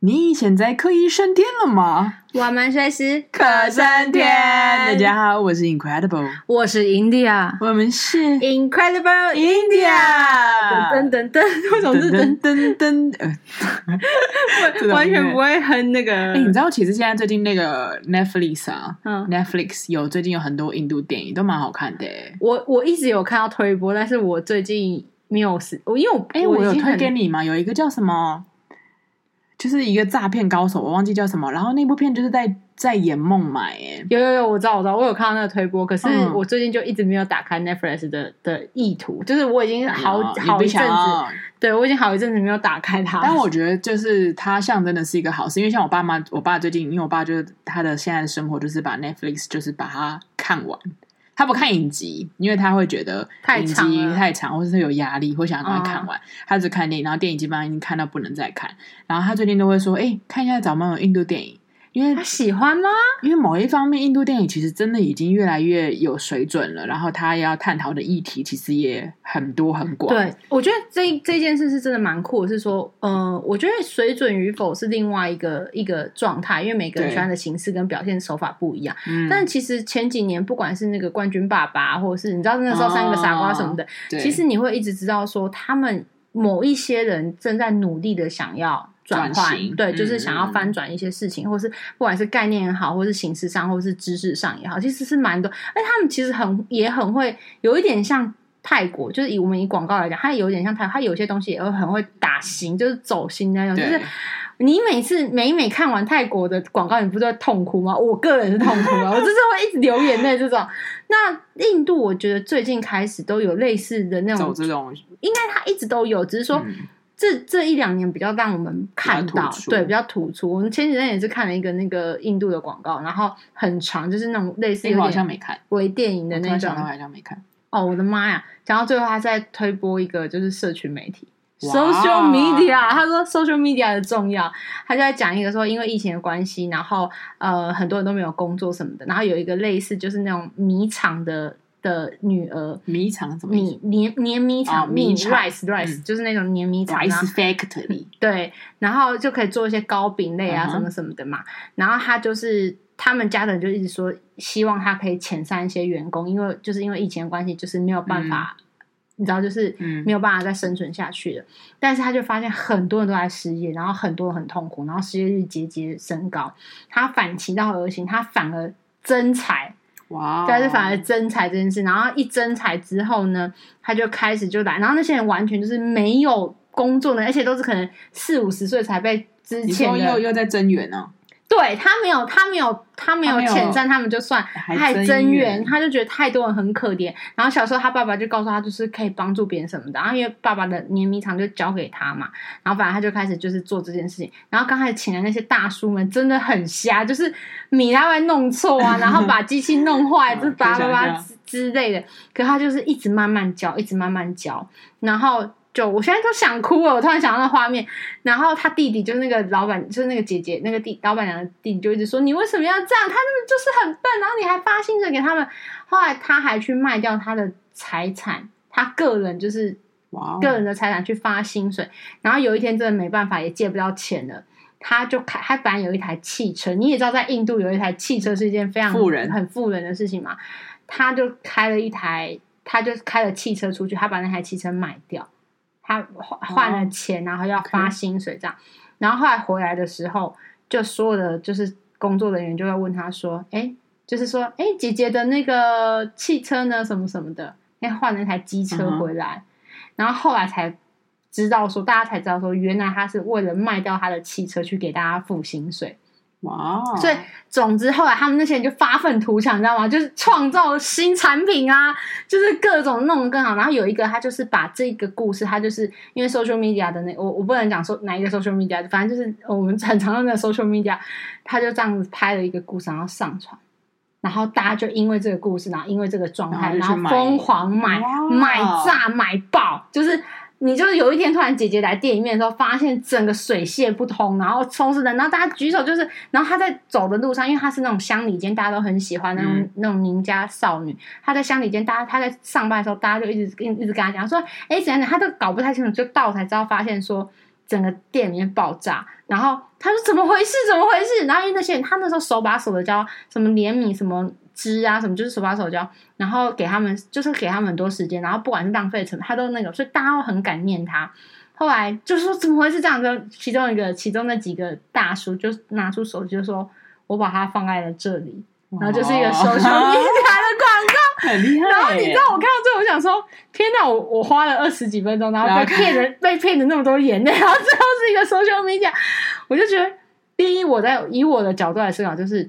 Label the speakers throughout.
Speaker 1: 你现在可以升天了吗？
Speaker 2: 我们随时
Speaker 1: 大家好，我是 Incredible，
Speaker 2: 我是 India。
Speaker 1: 我们是
Speaker 2: Incredible
Speaker 1: India。
Speaker 2: 噔噔噔，为什么是
Speaker 1: 噔
Speaker 2: 噔？
Speaker 1: 噔噔，呃这种音乐
Speaker 2: 完全不会哼那个。
Speaker 1: 哎，你知道，其实现在最近那个 Netflix 啊
Speaker 2: 嗯，
Speaker 1: ，Netflix 有最近有很多印度电影都蛮好看的。哎
Speaker 2: 我我一直有看到推播，但是我最近没有时，我因为我
Speaker 1: 哎，
Speaker 2: 我
Speaker 1: 我有
Speaker 2: 已经
Speaker 1: 推
Speaker 2: 很
Speaker 1: 给你吗？有一个叫什么，就是一个诈骗高手，我忘记叫什么。然后那部片就是在在演孟买，哎，
Speaker 2: 有有有，我知道我知道，我有看到那个推播，可是
Speaker 1: 嗯
Speaker 2: 我最近就一直没有打开 Netflix 的的意图，就是我已经好
Speaker 1: 哎呦
Speaker 2: 好一阵。
Speaker 1: 你不想
Speaker 2: 子，
Speaker 1: 要
Speaker 2: 对我已经好一阵子没有打开它。
Speaker 1: 但我觉得就是它象征的是一个好事，因为像我爸妈，我爸最近，因为我爸就是他的现在的生活就是把 Netflix 就是把它看完，他不看影集，因为他会觉得
Speaker 2: 太
Speaker 1: 影
Speaker 2: 长
Speaker 1: 集
Speaker 2: 了哦
Speaker 1: 太长，或者是有压力，会想要赶快看完，他只看电影，然后电影基本上已经看到不能再看，然后他最近都会说，哎、看一下找没有印度电影。因为
Speaker 2: 他喜欢吗？
Speaker 1: 因为某一方面，印度电影其实真的已经越来越有水准了，然后他要探讨的议题其实也很多很广。
Speaker 2: 对，我觉得这这件事是真的蛮酷的，是说，呃，我觉得水准与否是另外一个一个状态，因为每个人
Speaker 1: 对
Speaker 2: 喜欢的形式跟表现手法不一样。
Speaker 1: 嗯，
Speaker 2: 但其实前几年，不管是那个冠军爸爸，或者是你知道那时候三个傻瓜什么的，
Speaker 1: 对
Speaker 2: 其实你会一直知道说，他们某一些人正在努力的想要转
Speaker 1: 转
Speaker 2: 换，
Speaker 1: 型
Speaker 2: 对，就是
Speaker 1: 嗯
Speaker 2: 想要翻转一些事情，或是不管是概念也好，或是形式上，或是知识上也好，其实是蛮多。哎，他们其实很也很会，有一点像。泰国就是以我们以广告来讲，它有点像泰国，它有些东西也会很会打心，就是走心那种。就
Speaker 1: 对
Speaker 2: 是你每次每每看完泰国的广告，你不都会痛哭吗？我个人是痛哭 啊，我就是会一直流眼泪这种。那印度，我觉得最近开始都有类似的那
Speaker 1: 走
Speaker 2: 种，
Speaker 1: 这种
Speaker 2: 应该它一直都有，只是说、
Speaker 1: 嗯
Speaker 2: 这这一两年比较让我们看
Speaker 1: 比较
Speaker 2: 到
Speaker 1: 突，出
Speaker 2: 对，比较突出。我们前几天也是看了一个那个印度的广告，然后很长，就是那种类似
Speaker 1: 那个我
Speaker 2: 有
Speaker 1: 好像
Speaker 2: 点
Speaker 1: 没看，
Speaker 2: 微电影的
Speaker 1: 我突
Speaker 2: 那
Speaker 1: 然想到我
Speaker 2: 种。
Speaker 1: 好像没看。
Speaker 2: 哦，我的妈呀！讲到最后，他在推播一个就是社群媒体。
Speaker 1: 哇哦
Speaker 2: social media，他说 social media 的重要，他就在讲一个说，因为疫情的关系，然后呃很多人都没有工作什么的，然后有一个类似就是那种米厂的的女儿，
Speaker 1: 迷藏怎么意思
Speaker 2: 米黏黏米厂，
Speaker 1: 哦米厂
Speaker 2: rice rice、
Speaker 1: 嗯
Speaker 2: 就是那种黏米啊厂，然后
Speaker 1: ？Rice Factory，
Speaker 2: 对，然后就可以做一些糕饼类啊
Speaker 1: 嗯哼
Speaker 2: 什么什么的嘛。然后他就是他们家的人就一直说，希望他可以遣散一些员工，因为就是因为疫情的关系，就是没有办法，你知道，就是
Speaker 1: 嗯
Speaker 2: 没有办法再生存下去了。但是他就发现很多人都在失业，然后很多人很痛苦，然后失业率节节升高。他反其道而行，他反而增财，
Speaker 1: 哇哦！
Speaker 2: 但是啊反而征才这件事，然后一征才之后呢，他就开始就来，然后那些人完全就是没有工作的，而且都是可能四五十岁才被之
Speaker 1: 你
Speaker 2: 前
Speaker 1: 说又
Speaker 2: 的，
Speaker 1: 又在增援呢？
Speaker 2: 对他没有他没有他没有
Speaker 1: 他没有
Speaker 2: 遣散他们就算，
Speaker 1: 还
Speaker 2: 他还增
Speaker 1: 增
Speaker 2: 援，
Speaker 1: 援
Speaker 2: 他就觉得太多人很可怜。然后小时候他爸爸就告诉他，就是可以帮助别人什么的，然后因为爸爸的碾米厂就交给他嘛，然后反正他就开始就是做这件事情。然后刚开始请来那些大叔们真的很瞎，就是米他会弄错啊，然后把机器弄 坏，
Speaker 1: 嗯
Speaker 2: 就是叭叭叭
Speaker 1: 可以想象
Speaker 2: 之之类的。可他就是一直慢慢教，一直慢慢教，然后。就我现在都想哭了，我突然想到那画面，然后他弟弟就是那个老板，就是那个姐姐，那个弟老板娘的弟弟就一直说你为什么要这样？他们就是很笨，然后你还发薪水给他们。后来他还去卖掉他的财产，他个人就是
Speaker 1: 哇哦！
Speaker 2: 个人的财产去发薪水。然后有一天真的没办法，也借不到钱了。他就开，他本来有一台汽车，你也知道，在印度有一台汽车是一件非常
Speaker 1: 富人
Speaker 2: 很富人的事情嘛。他就开了一台，他就开了汽车出去，他把那台汽车卖掉，他换换了钱，然后要发
Speaker 1: 哦 OK
Speaker 2: 薪水这样。然后后来回来的时候，就所有的就是工作人员就会问他说：“哎，就是说，哎，姐姐的那个汽车呢，什么什么的，哎，换了一台机车
Speaker 1: 嗯哼
Speaker 2: 回来。然后后来才知道说，大家才知道说，原来他是为了卖掉他的汽车去给大家付薪水。
Speaker 1: 哇哦！
Speaker 2: 所以，总之后来他们那些人就发愤图强，你知道吗？就是创造新产品啊，就是各种弄得更好。然后有一个他就是把这个故事，他就是因为 social media 的那我我不能讲说哪一个 social media，反正就是我们很常用的 social media，他就这样子拍了一个故事，然后上传。然后大家就因为这个故事，然后因为这个状态，然
Speaker 1: 然后就
Speaker 2: 后
Speaker 1: 去买哦
Speaker 2: 疯狂买
Speaker 1: 哇
Speaker 2: 买炸买爆，就是你就是有一天突然姐姐来店里面的时候，发现整个水泄不通，然后充斥着，然后大家举手就是，然后她在走的路上，因为她是那种乡里间大家都很喜欢那种、
Speaker 1: 嗯
Speaker 2: 那种邻家少女，她在乡里间，大家她在上班的时候，大家就一直一直跟她讲说，哎怎样怎样，她都搞不太清楚，就到才知道发现说。整个店里面爆炸，然后他说怎么回事？怎么回事？然后因为那些人，他那时候手把手的教什么怜悯、什么知啊，什么就是手把手教，然后给他们就是给他们很多时间，然后不管是浪费成本，他都那个，所以大家都很感念他。后来就说怎么会是这样子？其中一个，其中那几个大叔就拿出手机就说：“我把它放在了这里。”然后就是一个 social media 的广告。
Speaker 1: 哦很厉害耶。
Speaker 2: 然后你知道我看到最后，我想说，天哪，我我花了二十几分钟，然后
Speaker 1: 然
Speaker 2: 被
Speaker 1: 后
Speaker 2: 骗的被骗的那么多眼泪， 然后最后是一个 social media，我就觉得，第一，我在以我的角度来思考，就是，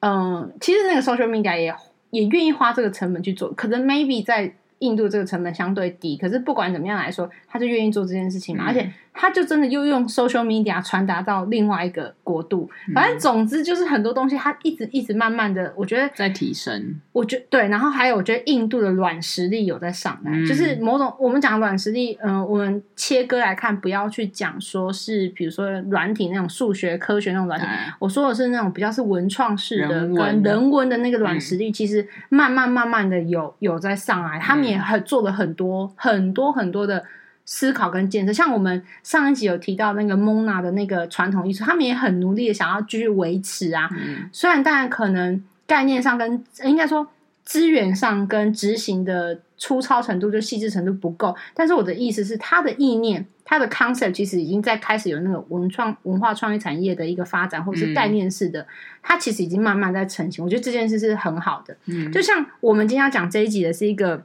Speaker 2: 嗯，其实那个 social media 也也愿意花这个成本去做，可能 maybe 在印度这个成本相对低，可是不管怎么样来说，他就愿意做这件事情嘛，
Speaker 1: 嗯
Speaker 2: 而且他就真的又用 social media 传达到另外一个国度，
Speaker 1: 嗯
Speaker 2: 反正总之就是很多东西，它一直一直慢慢的，我觉得
Speaker 1: 在提升，
Speaker 2: 我觉对，然后还有我觉得印度的软实力有在上来，
Speaker 1: 嗯
Speaker 2: 就是某种我们讲软实力，嗯、我们切割来看，不要去讲说是比如说软体那种数学、科学那种软体，
Speaker 1: 哎
Speaker 2: 我说的是那种比较是文创式的
Speaker 1: 人文
Speaker 2: 跟
Speaker 1: 的嗯
Speaker 2: 人文的那个软实力，其实慢慢慢慢的有有在上来，他
Speaker 1: 嗯
Speaker 2: 们也很做了很多很多很多的。思考跟建设，像我们上一集有提到那个蒙娜的那个传统艺术，他们也很努力的想要继续维持啊，
Speaker 1: 嗯，
Speaker 2: 虽然当然可能概念上跟应该说资源上跟执行的粗糙程度就细致程度不够，但是我的意思是，他的意念、他的 concept 其实已经在开始有那个文创文化创意产业的一个发展，或者是
Speaker 1: 嗯
Speaker 2: 概念式的，它其实已经慢慢在成型。我觉得这件事是很好的。
Speaker 1: 嗯
Speaker 2: 就像我们今天要讲这一集的是一个，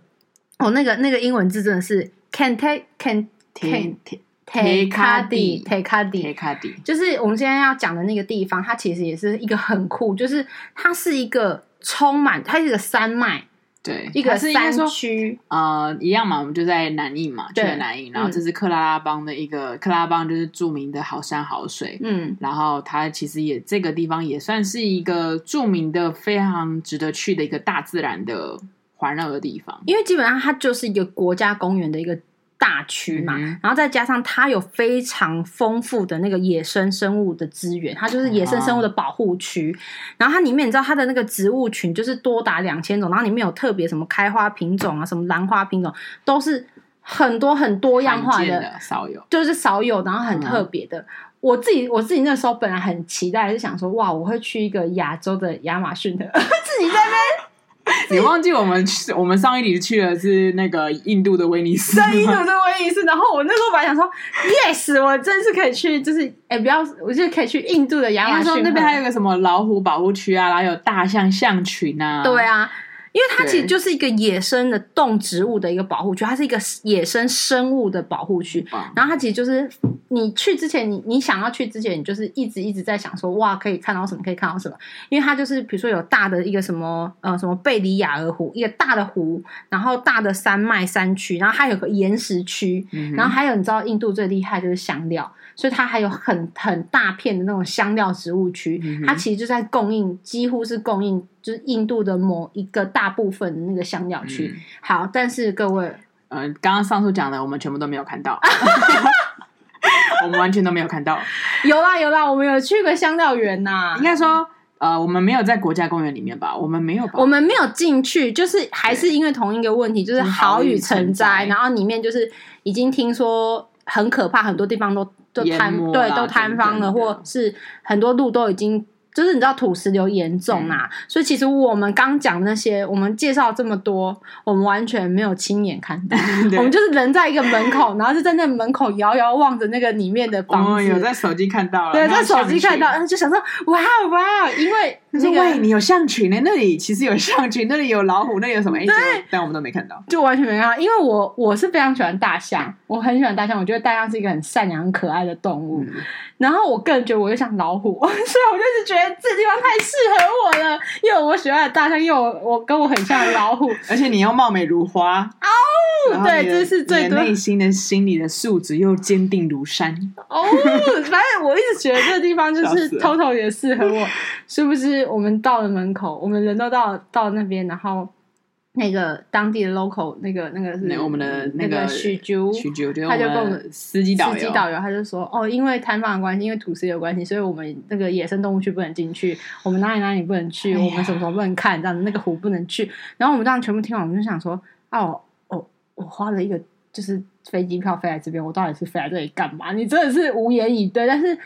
Speaker 2: 哦，那个那个英文字真的是 can take can can
Speaker 1: 铁铁
Speaker 2: take
Speaker 1: Tekadi
Speaker 2: take card
Speaker 1: 铁卡迪，
Speaker 2: 就是我们现在要讲的那个地方，它其实也是一个很酷，就是它是一个充满，它是一个山脉，
Speaker 1: 对，
Speaker 2: 一个
Speaker 1: 它是应该
Speaker 2: 山
Speaker 1: 说
Speaker 2: 区，
Speaker 1: 呃一样嘛，我们就在南印嘛，去
Speaker 2: 对
Speaker 1: 了南印，然后
Speaker 2: 嗯
Speaker 1: 这是克拉拉邦的一个、克拉拉邦就是著名的好山好水。
Speaker 2: 嗯，
Speaker 1: 然后它其实也这个地方也算是一个著名的、非常值得去的一个大自然的环绕的地方。
Speaker 2: 因为基本上它就是一个国家公园的一个大区嘛，
Speaker 1: 嗯哼
Speaker 2: 然后再加上它有非常丰富的那个野生生物的资源，它就是野生生物的保护区。
Speaker 1: 嗯
Speaker 2: 然后它里面你知道它的那个植物群就是多达两千种，然后里面有特别什么开花品种啊，什么兰花品种，都是很多很多样化
Speaker 1: 罕见
Speaker 2: 的。
Speaker 1: 的少有，
Speaker 2: 就是少有，然后很
Speaker 1: 嗯
Speaker 2: 特别的。我自己我自己那时候本来很期待，是想说哇，我会去一个亚洲的亚马 逊的，自己在那
Speaker 1: 你
Speaker 2: 边
Speaker 1: 忘记我们去我们上一集去的是那个印度的威尼斯
Speaker 2: 在印
Speaker 1: 吗？
Speaker 2: 度的威尼斯。然后我那时候本来想说，yes，我真是可以去，就是哎、不要，我就可以去印度的亚
Speaker 1: 应
Speaker 2: 马
Speaker 1: 该说
Speaker 2: 逊。
Speaker 1: 那边还有个什么老虎保护区啊，然后有大象象群啊，
Speaker 2: 对啊，因为它其实
Speaker 1: 对
Speaker 2: 就是一个野生的动植物的一个保护区，它是一个野生生物的保护区。
Speaker 1: 棒，
Speaker 2: 然后它其实就是你去之前，你你想要去之前，你就是一直一直在想说，哇，可以看到什么，可以看到什么。因为它就是比如说有大的一个什么呃什么贝里亚尔湖，一个大的湖，然后大的山脉山区，然后还有个岩石区，
Speaker 1: 嗯哼
Speaker 2: 然后还有你知道印度最厉害就是香料，所以它还有很很大片的那种香料植物区，
Speaker 1: 嗯哼
Speaker 2: 它其实就在供应，几乎是供应就是印度的某一个大部分的那个香料区。
Speaker 1: 嗯
Speaker 2: 好，但是各位，
Speaker 1: 呃，刚刚上述讲的我们全部都没有看 到，我们完全都没有看到。
Speaker 2: 有啦有啦，我们有去个香料园呐、
Speaker 1: 应该说，呃，我们没有在国家公园里面吧？我们没有吧？
Speaker 2: 我们没有进去，就是还是因为同一个问题，就是好雨成灾，
Speaker 1: 嗯
Speaker 2: 然后里面就是已经听说很可怕，很多地方都都
Speaker 1: 淹
Speaker 2: 坍，
Speaker 1: 没啦
Speaker 2: 对，都坍方
Speaker 1: 等等
Speaker 2: 了，
Speaker 1: 的
Speaker 2: 或是很多路都已经。就是你知道土石流严重啊，
Speaker 1: 嗯
Speaker 2: 所以其实我们刚讲那些，我们介绍这么多，我们完全没有亲眼看到，
Speaker 1: 对
Speaker 2: 我们就是人在一个门口，然后就在那门口遥遥望着那个里面的
Speaker 1: 我
Speaker 2: 房
Speaker 1: 们
Speaker 2: 子，
Speaker 1: 哦有在手机看到了，
Speaker 2: 对，
Speaker 1: 然
Speaker 2: 在
Speaker 1: 后
Speaker 2: 手机
Speaker 1: 象
Speaker 2: 看
Speaker 1: 群
Speaker 2: 到，。然后就想说哇哇，因为
Speaker 1: 他说
Speaker 2: 那：“个
Speaker 1: 喂，你有象群呢？那里其实有象群，那里有老虎，那里有什么？哎，结果但我们都没看到。
Speaker 2: 就完全没看到，因为我我是非常喜欢大象，我很喜欢大象，我觉得大象是一个很善良、很可爱的动物。
Speaker 1: 嗯
Speaker 2: 然后我个人觉得我又像老虎， 所以我就是觉得这地方太适合我了，又有我喜欢的大象，又有我跟我很像的老虎。
Speaker 1: 而且你又貌美如花哦， 然后
Speaker 2: 嗯对
Speaker 1: 你的
Speaker 2: 这是最
Speaker 1: 你的
Speaker 2: 多
Speaker 1: 内心的心理的素质又坚定如山。
Speaker 2: 哦，反正我一直觉得这个地方就
Speaker 1: 笑
Speaker 2: 是
Speaker 1: 死了
Speaker 2: total 也适合 我，殊不知我们到了门口，我们人都到到那边，然后那个当地的 local 那个那个是
Speaker 1: 那我们的那
Speaker 2: 那
Speaker 1: 个
Speaker 2: 许啾
Speaker 1: 许久，就
Speaker 2: 哦他就
Speaker 1: 我
Speaker 2: 跟我
Speaker 1: 们
Speaker 2: 们
Speaker 1: 司机导
Speaker 2: 司机
Speaker 1: 游，
Speaker 2: 导游他就说，哦，因为摊贩的关系，因为土司有关系，所以我们那个野生动物区不能进去，我们哪里哪里不能去，
Speaker 1: 哎呀
Speaker 2: 我们什么时候不能哦看，这样子那个湖不能去。然后我们这样全部听完，我们就想说，啊，我我我花了一个就是飞机票飞来这边，我到底是飞来这里干嘛？你真的是无言以对，但是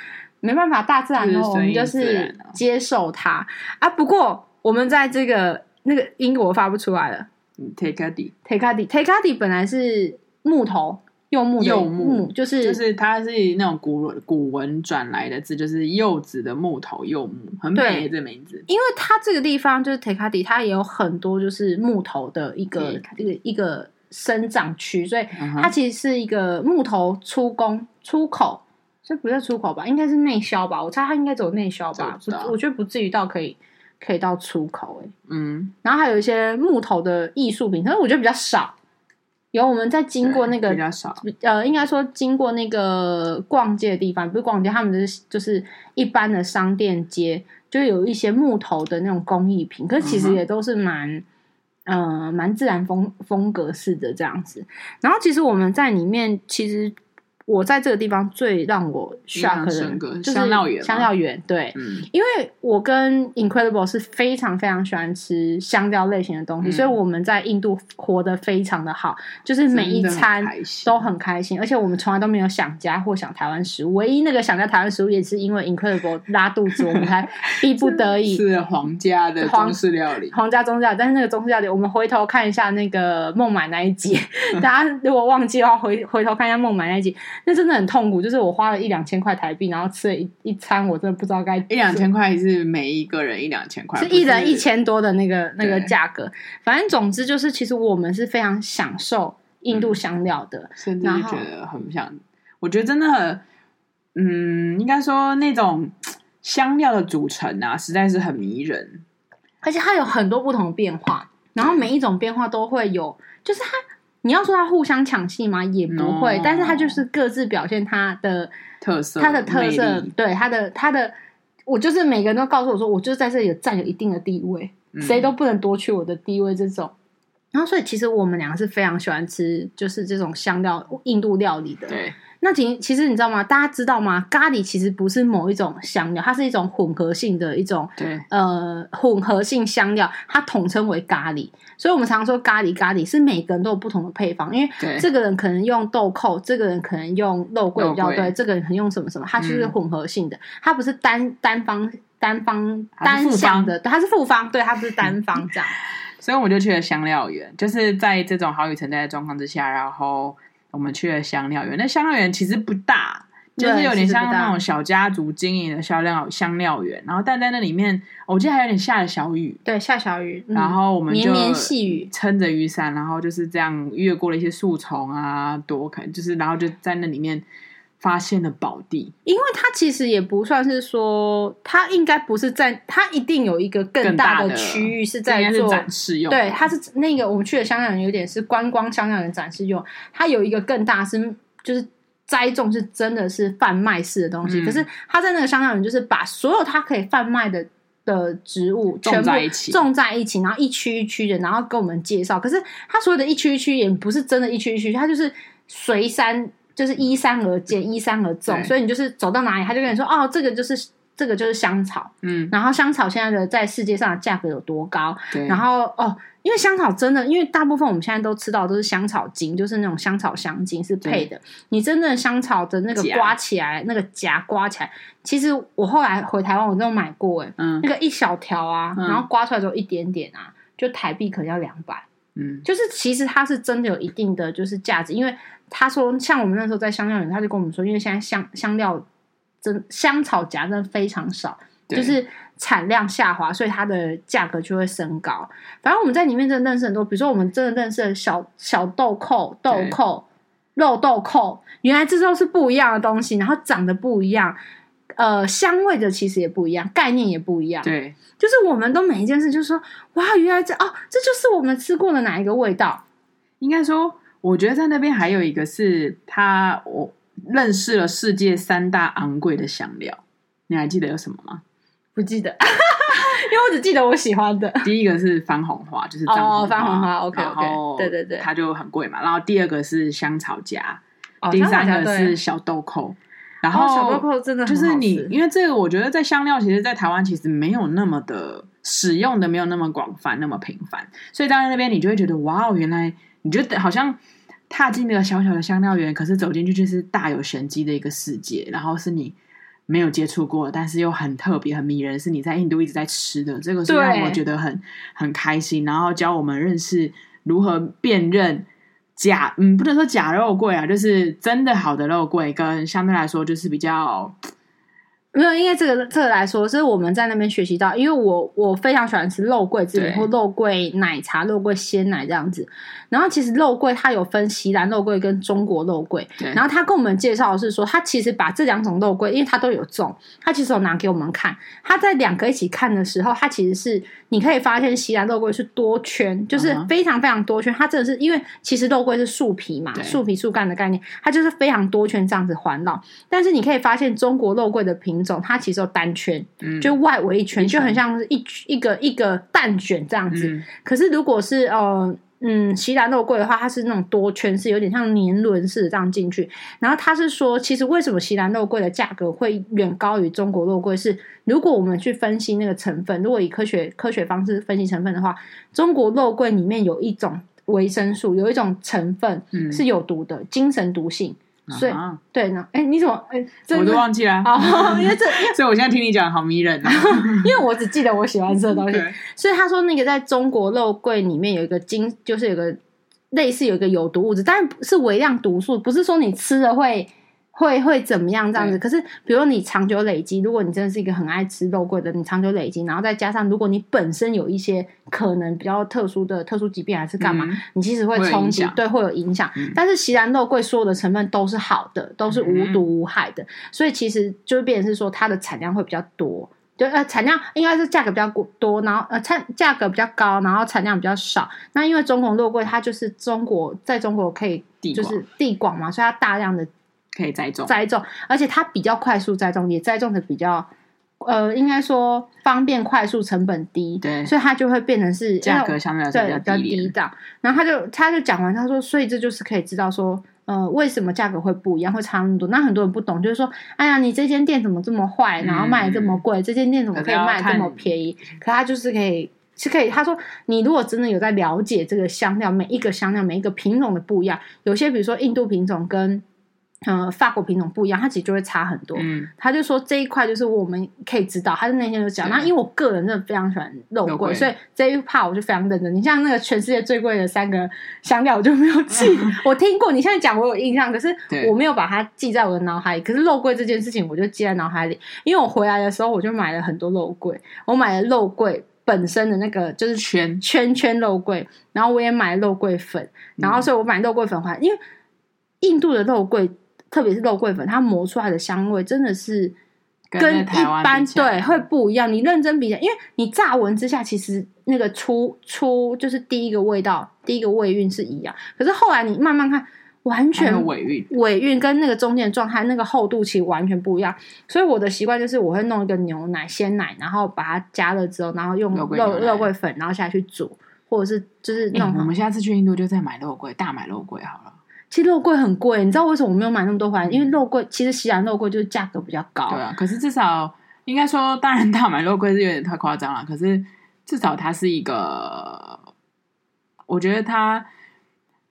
Speaker 2: 没办法，大自然
Speaker 1: 就
Speaker 2: 呢，
Speaker 1: 是
Speaker 2: 我
Speaker 1: 顺
Speaker 2: 们
Speaker 1: 应
Speaker 2: 就
Speaker 1: 自然
Speaker 2: 是
Speaker 1: 啊
Speaker 2: 接受它啊。不过我们在这个那个英国发不出来了
Speaker 1: 嗯 take a D，
Speaker 2: ，Tekadi，Tekadi 本来是木头，柚木的
Speaker 1: 柚木
Speaker 2: 就是
Speaker 1: 就是它是那种古文古文转来的字，就是柚子的木头柚木，很美
Speaker 2: 对
Speaker 1: 这名字。
Speaker 2: 因为它这个地方就是 Tekadi，它也有很多就是木头的一个
Speaker 1: Tekadi
Speaker 2: 一个一个生长区，所以
Speaker 1: 嗯
Speaker 2: 它
Speaker 1: 哼，
Speaker 2: 其实是一个木头出工出口，这不是出口吧？应该是内销吧？我猜它应该走内销吧？
Speaker 1: 走
Speaker 2: 不
Speaker 1: 不到，
Speaker 2: 我觉得不至于到可以可以到出口哎、欸
Speaker 1: 嗯，
Speaker 2: 然后还有一些木头的艺术品，可是我觉得比较少。有我们在经过那
Speaker 1: 对
Speaker 2: 个
Speaker 1: 比较少，
Speaker 2: 呃，应该说经过那个逛街的地方，不是逛街，他们就是就是一般的商店街，就有一些木头的那种工艺品，可是其
Speaker 1: 嗯
Speaker 2: 实
Speaker 1: 哼
Speaker 2: 也都是蛮。呃，蛮自然风风格式的这样子，然后其实我们在里面，其实我在这个地方最让我
Speaker 1: 印象
Speaker 2: shock
Speaker 1: 深
Speaker 2: 的
Speaker 1: 刻，
Speaker 2: 就是
Speaker 1: 香料园吗
Speaker 2: 香料园，对，
Speaker 1: 嗯，
Speaker 2: 因为我跟 Incredible 是非常非常喜欢吃香料类型的东西，
Speaker 1: 嗯
Speaker 2: 所以我们在印度活得非常的好，就是每一
Speaker 1: 真的很
Speaker 2: 餐
Speaker 1: 开心
Speaker 2: 都很开心，而且我们从来都没有想家或想台湾食物。唯一那个想家台湾食物，也是因为 Incredible 拉肚子，我 们才逼不得已。
Speaker 1: 是皇家的
Speaker 2: 皇
Speaker 1: 中式料理，
Speaker 2: 皇家宗教，但是那个宗教点，我们回头看一下那个孟买那 一集，大家如果忘记的话，回回头看一下孟买那一集，那真的很痛苦。就是我花了一两千块台币，然后吃了一一餐，我真的不知道该
Speaker 1: 一两千块是每一个人一两千块，
Speaker 2: 是
Speaker 1: 不
Speaker 2: 一人一，千多的那个那个
Speaker 1: 对
Speaker 2: 价格。反正总之就是，其实我们是非常享受印度香料的。
Speaker 1: 甚至
Speaker 2: 然
Speaker 1: 是
Speaker 2: 后
Speaker 1: 觉得很不想。我觉得真的很，嗯，应该说那种香料的组成啊，实在是很迷人。
Speaker 2: 而且它有很多不同的变化，然后每一种变化都会有，就是它，你要说它互相抢戏吗？也不会
Speaker 1: No
Speaker 2: 但是它就是各自表现它的
Speaker 1: 特色，
Speaker 2: 它的特色
Speaker 1: 魅力，
Speaker 2: 对它的它的，我就是每个人都告诉我说，我就是在这里有占有一定的地位，
Speaker 1: 嗯
Speaker 2: 谁都不能夺去我的地位这种。然后，所以其实我们两个是非常喜欢吃，就是这种香料印度料理的。
Speaker 1: 对，
Speaker 2: 那其其实你知道吗？大家知道吗？咖喱其实不是某一种香料，它是一种混合性的一种
Speaker 1: 对，
Speaker 2: 呃混合性香料，它统称为咖喱。所以我们常说咖喱咖喱是每个人都有不同的配方，因为
Speaker 1: 对
Speaker 2: 这个人可能用豆蔻，这个人可能用肉桂比较
Speaker 1: 肉
Speaker 2: 对，
Speaker 1: 桂
Speaker 2: 这个人可能用什么什么，它就是
Speaker 1: 嗯
Speaker 2: 混合性的，它不是单单方单方
Speaker 1: 它是
Speaker 2: 单
Speaker 1: 复
Speaker 2: 向
Speaker 1: 方
Speaker 2: 的，它是复方，对，它不是 单方这样。
Speaker 1: 所以我们就去了香料园，就是在这种好雨成灾的状况之下，然后我们去了香料园。那香料园其实不大，
Speaker 2: 对
Speaker 1: 就是有点
Speaker 2: 其
Speaker 1: 像
Speaker 2: 实不大
Speaker 1: 那种小家族经营的香料香料园。然后但在那里面，哦我记得还有点下了小雨，
Speaker 2: 对，下小雨，嗯
Speaker 1: 然后我们就
Speaker 2: 绵绵细雨，
Speaker 1: 撑着雨伞，然后就是这样越过了一些树丛啊，躲开，就是然后就在那里面发现了宝地，
Speaker 2: 因为它其实也不算是说，它应该不是在，它一定有一个更大
Speaker 1: 更大
Speaker 2: 的
Speaker 1: 的
Speaker 2: 区域是
Speaker 1: 这应
Speaker 2: 在
Speaker 1: 该是
Speaker 2: 做。
Speaker 1: 展示用的。
Speaker 2: 对，它是那个我们去的香港人有点是观光香港人展示用，它有一个更大是就是栽种是真的是贩卖式的东西，
Speaker 1: 嗯
Speaker 2: 可是它在那个香港人就是把所有它可以贩卖的的植物
Speaker 1: 种
Speaker 2: 全部
Speaker 1: 在一起
Speaker 2: 种在一起，然后一区一区的，然后跟我们介绍。可是它所有的一区一区也不是真的一区一区，它就是随山就是依山而建，依山而种，
Speaker 1: 对
Speaker 2: 所以你就是走到哪里，他就跟你说哦，这个就是这个就是香草，
Speaker 1: 嗯，
Speaker 2: 然后香草现在的在世界上的价格有多高？
Speaker 1: 对，
Speaker 2: 然后哦，因为香草真的，因为大部分我们现在都吃到的都是香草精，就是那种香草香精是配的。你真正香草的那个
Speaker 1: 荚啊
Speaker 2: 刮起来，那个荚刮起来，其实我后来回台湾我都有买过哎、
Speaker 1: 嗯
Speaker 2: 那个一小条啊，
Speaker 1: 嗯
Speaker 2: 然后刮出来之后一点点啊，就台币可能要两百，
Speaker 1: 嗯，
Speaker 2: 就是其实它是真的有一定的就是价值，因为他说像我们那时候在香料园，他就跟我们说，因为现在香香料真香草荚真的非常少。
Speaker 1: 对
Speaker 2: 就是产量下滑，所以它的价格就会升高。反正我们在里面真的认识很多，比如说我们真的认识了小小豆蔻、豆
Speaker 1: 对
Speaker 2: 蔻、肉豆蔻，原来这都是不一样的东西，然后长得不一样，呃，香味的其实也不一样，概念也不一样。
Speaker 1: 对
Speaker 2: 就是我们都每一件事就是说，哇，原来这哦，这就是我们吃过的哪一个味道。
Speaker 1: 应该说，我觉得在那边还有一个是他，我认识了世界三大昂贵的香料，你还记得有什么吗？
Speaker 2: 不记得，因为我只记得我喜欢的。
Speaker 1: 第一个是番红花，就是藏
Speaker 2: 哦
Speaker 1: 红
Speaker 2: 番红花，OK，OK，
Speaker 1: 然后
Speaker 2: 对对对
Speaker 1: 它就很贵嘛。然后第二个是香草荚，
Speaker 2: 哦
Speaker 1: 第三
Speaker 2: 香草
Speaker 1: 个
Speaker 2: 对
Speaker 1: 是小豆蔻，然
Speaker 2: 哦
Speaker 1: 后、
Speaker 2: 小豆蔻真的很
Speaker 1: 就是
Speaker 2: 好
Speaker 1: 你
Speaker 2: 吃，
Speaker 1: 因为这个，我觉得在香料，其实，在台湾其实没有那么的使用的，没有那么广泛，那么频繁，所以到那边你就会觉得，哇哦，原来你觉得好像踏进那个小小的香料园，可是走进去就是大有玄机的一个世界，然后是你没有接触过，但是又很特别、很迷人，是你在印度一直在吃的，这个是让
Speaker 2: 对
Speaker 1: 我觉得很很开心，然后教我们认识如何辨认。假嗯，不能说假肉桂啊，就是真的好的肉桂，跟相对来说就是比较
Speaker 2: 没有，因为这个这个来说，是我们在那边学习到，因为我我非常喜欢吃肉桂制
Speaker 1: 对
Speaker 2: 品或肉桂奶茶、肉桂鲜奶这样子。然后其实肉桂它有分西兰肉桂跟中国肉桂，
Speaker 1: 对，
Speaker 2: 然后他跟我们介绍的是说，他其实把这两种肉桂，因为他都有种，他其实有拿给我们看。他在两个一起看的时候，他其实是你可以发现西兰肉桂是多圈，就是
Speaker 1: 嗯哼
Speaker 2: 非常非常多圈。它真的是因为其实肉桂是树皮嘛
Speaker 1: 对，
Speaker 2: 树皮树干的概念，它就是非常多圈这样子环绕。但是你可以发现中国肉桂的品种，它其实有单圈，
Speaker 1: 嗯
Speaker 2: 就外围一圈，
Speaker 1: 一圈
Speaker 2: 就很像是一一个一个蛋卷这样子。
Speaker 1: 嗯
Speaker 2: 可是如果是呃嗯西兰肉桂的话，它是那种多圈式，有点像年轮式的这样进去。然后他是说，其实为什么西兰肉桂的价格会远高于中国肉桂是？如果我们去分析那个成分，如果以科学科学方式分析成分的话，中国肉桂里面有一种维生素，有一种成分
Speaker 1: 嗯
Speaker 2: 是有毒的，精神毒性。所以
Speaker 1: 啊
Speaker 2: 对呢，哎，你怎么哎，这
Speaker 1: 我都忘记了，
Speaker 2: 哦，因为这
Speaker 1: 所以我现在听你讲好迷人哦。
Speaker 2: 因为我只记 得我喜欢吃的东西，
Speaker 1: 对，
Speaker 2: 所以他说那个在中国肉桂里面有一个金，就是有个类似有一个有毒物质，但是微量毒素，不是说你吃了会会会怎么样这样子。可是，比如你长久累积，如果你真的是一个很爱吃肉桂的，你长久累积，然后再加上如果你本身有一些可能比较特殊的特殊疾病还是干嘛，
Speaker 1: 嗯
Speaker 2: 你其实会
Speaker 1: 会有
Speaker 2: 冲
Speaker 1: 影
Speaker 2: 击
Speaker 1: 响，
Speaker 2: 对，会有影响。
Speaker 1: 嗯
Speaker 2: 但是席兰肉桂所有的成分都是好的，都是无毒
Speaker 1: 嗯
Speaker 2: 无害的，所以其实就变成是说它的产量会比较多。就呃，产量应该是价格比较多，然后呃产价格比较高，然后产量比较少。那因为中国肉桂它就是中国在中国可以
Speaker 1: 地
Speaker 2: 就
Speaker 1: 广
Speaker 2: 是地广嘛，所以它大量的
Speaker 1: 可以栽种。
Speaker 2: 栽种，而且它比较快速栽种，也栽种的比较呃，应该说方便、快速、成本低，
Speaker 1: 对
Speaker 2: 所以它就会变成是哎
Speaker 1: 价
Speaker 2: 因
Speaker 1: 格
Speaker 2: 为
Speaker 1: 相对来说
Speaker 2: 对
Speaker 1: 比
Speaker 2: 比较
Speaker 1: 较低
Speaker 2: 低
Speaker 1: 廉。
Speaker 2: 档。然后他就他就讲完，他说，所以这就是可以知道说，呃，为什么价格会不一样，会差那么多。那很多人不懂，就是说，哎呀，你这间店怎么这么坏，然后卖这
Speaker 1: 嗯
Speaker 2: 么贵，这间店怎么可以卖这么便宜？可他就是可以。是可以，他说你如果真的有在了解这个香料，每一个香料每一个品种的不一样，有些比如说印度品种跟呃法国品种不一样，它其实就会差很多。
Speaker 1: 嗯，
Speaker 2: 他就说这一块就是我们可以知道，他就那天就讲。
Speaker 1: 对
Speaker 2: 那因为我个人真的非常喜欢肉桂，
Speaker 1: 肉桂
Speaker 2: 所以这一 part 我就非常认真。你像那个全世界最贵的三个香料，我就没有 记。我听过，你现在讲我有印象，可是
Speaker 1: 对
Speaker 2: 我没有把它记在我的脑海里。可是肉桂这件事情，我就记在脑海里，因为我回来的时候我就买了很多肉桂，我买了肉桂本身的那个就是
Speaker 1: 圈
Speaker 2: 圈圈肉桂，然后我也买肉桂粉，然
Speaker 1: 嗯
Speaker 2: 后所以我买肉桂粉还，因为印度的肉桂，特别是肉桂粉，它磨出来的香味真的是
Speaker 1: 跟
Speaker 2: 跟
Speaker 1: 在
Speaker 2: 一
Speaker 1: 台湾
Speaker 2: 般
Speaker 1: 比起来
Speaker 2: 对会不一样。你认真比较，因为你乍闻之下，其实那个出出就是第一个味道，第一个味韵是一样，可是后来你慢慢看，完
Speaker 1: 还有
Speaker 2: 全
Speaker 1: 尾韵，
Speaker 2: 尾韵跟那个中间的状态、那个厚度其实完全不一样。所以我的习惯就是我会弄一个牛奶、鲜奶，然后把它加热之后，然后用
Speaker 1: 肉桂
Speaker 2: 肉
Speaker 1: 牛奶
Speaker 2: 肉桂粉，然后下去煮，或者是就是
Speaker 1: 欸
Speaker 2: 弄好。
Speaker 1: 我们下次去印度就再买肉桂，大买肉桂好了。
Speaker 2: 其实肉桂很贵，你知道为什么我没有买那么多回来？因为肉桂其实西兰肉桂就是价格比较高。
Speaker 1: 嗯对啊，可是至少应该说，当然大买肉桂是有点太夸张了，可是至少它是一个，我觉得它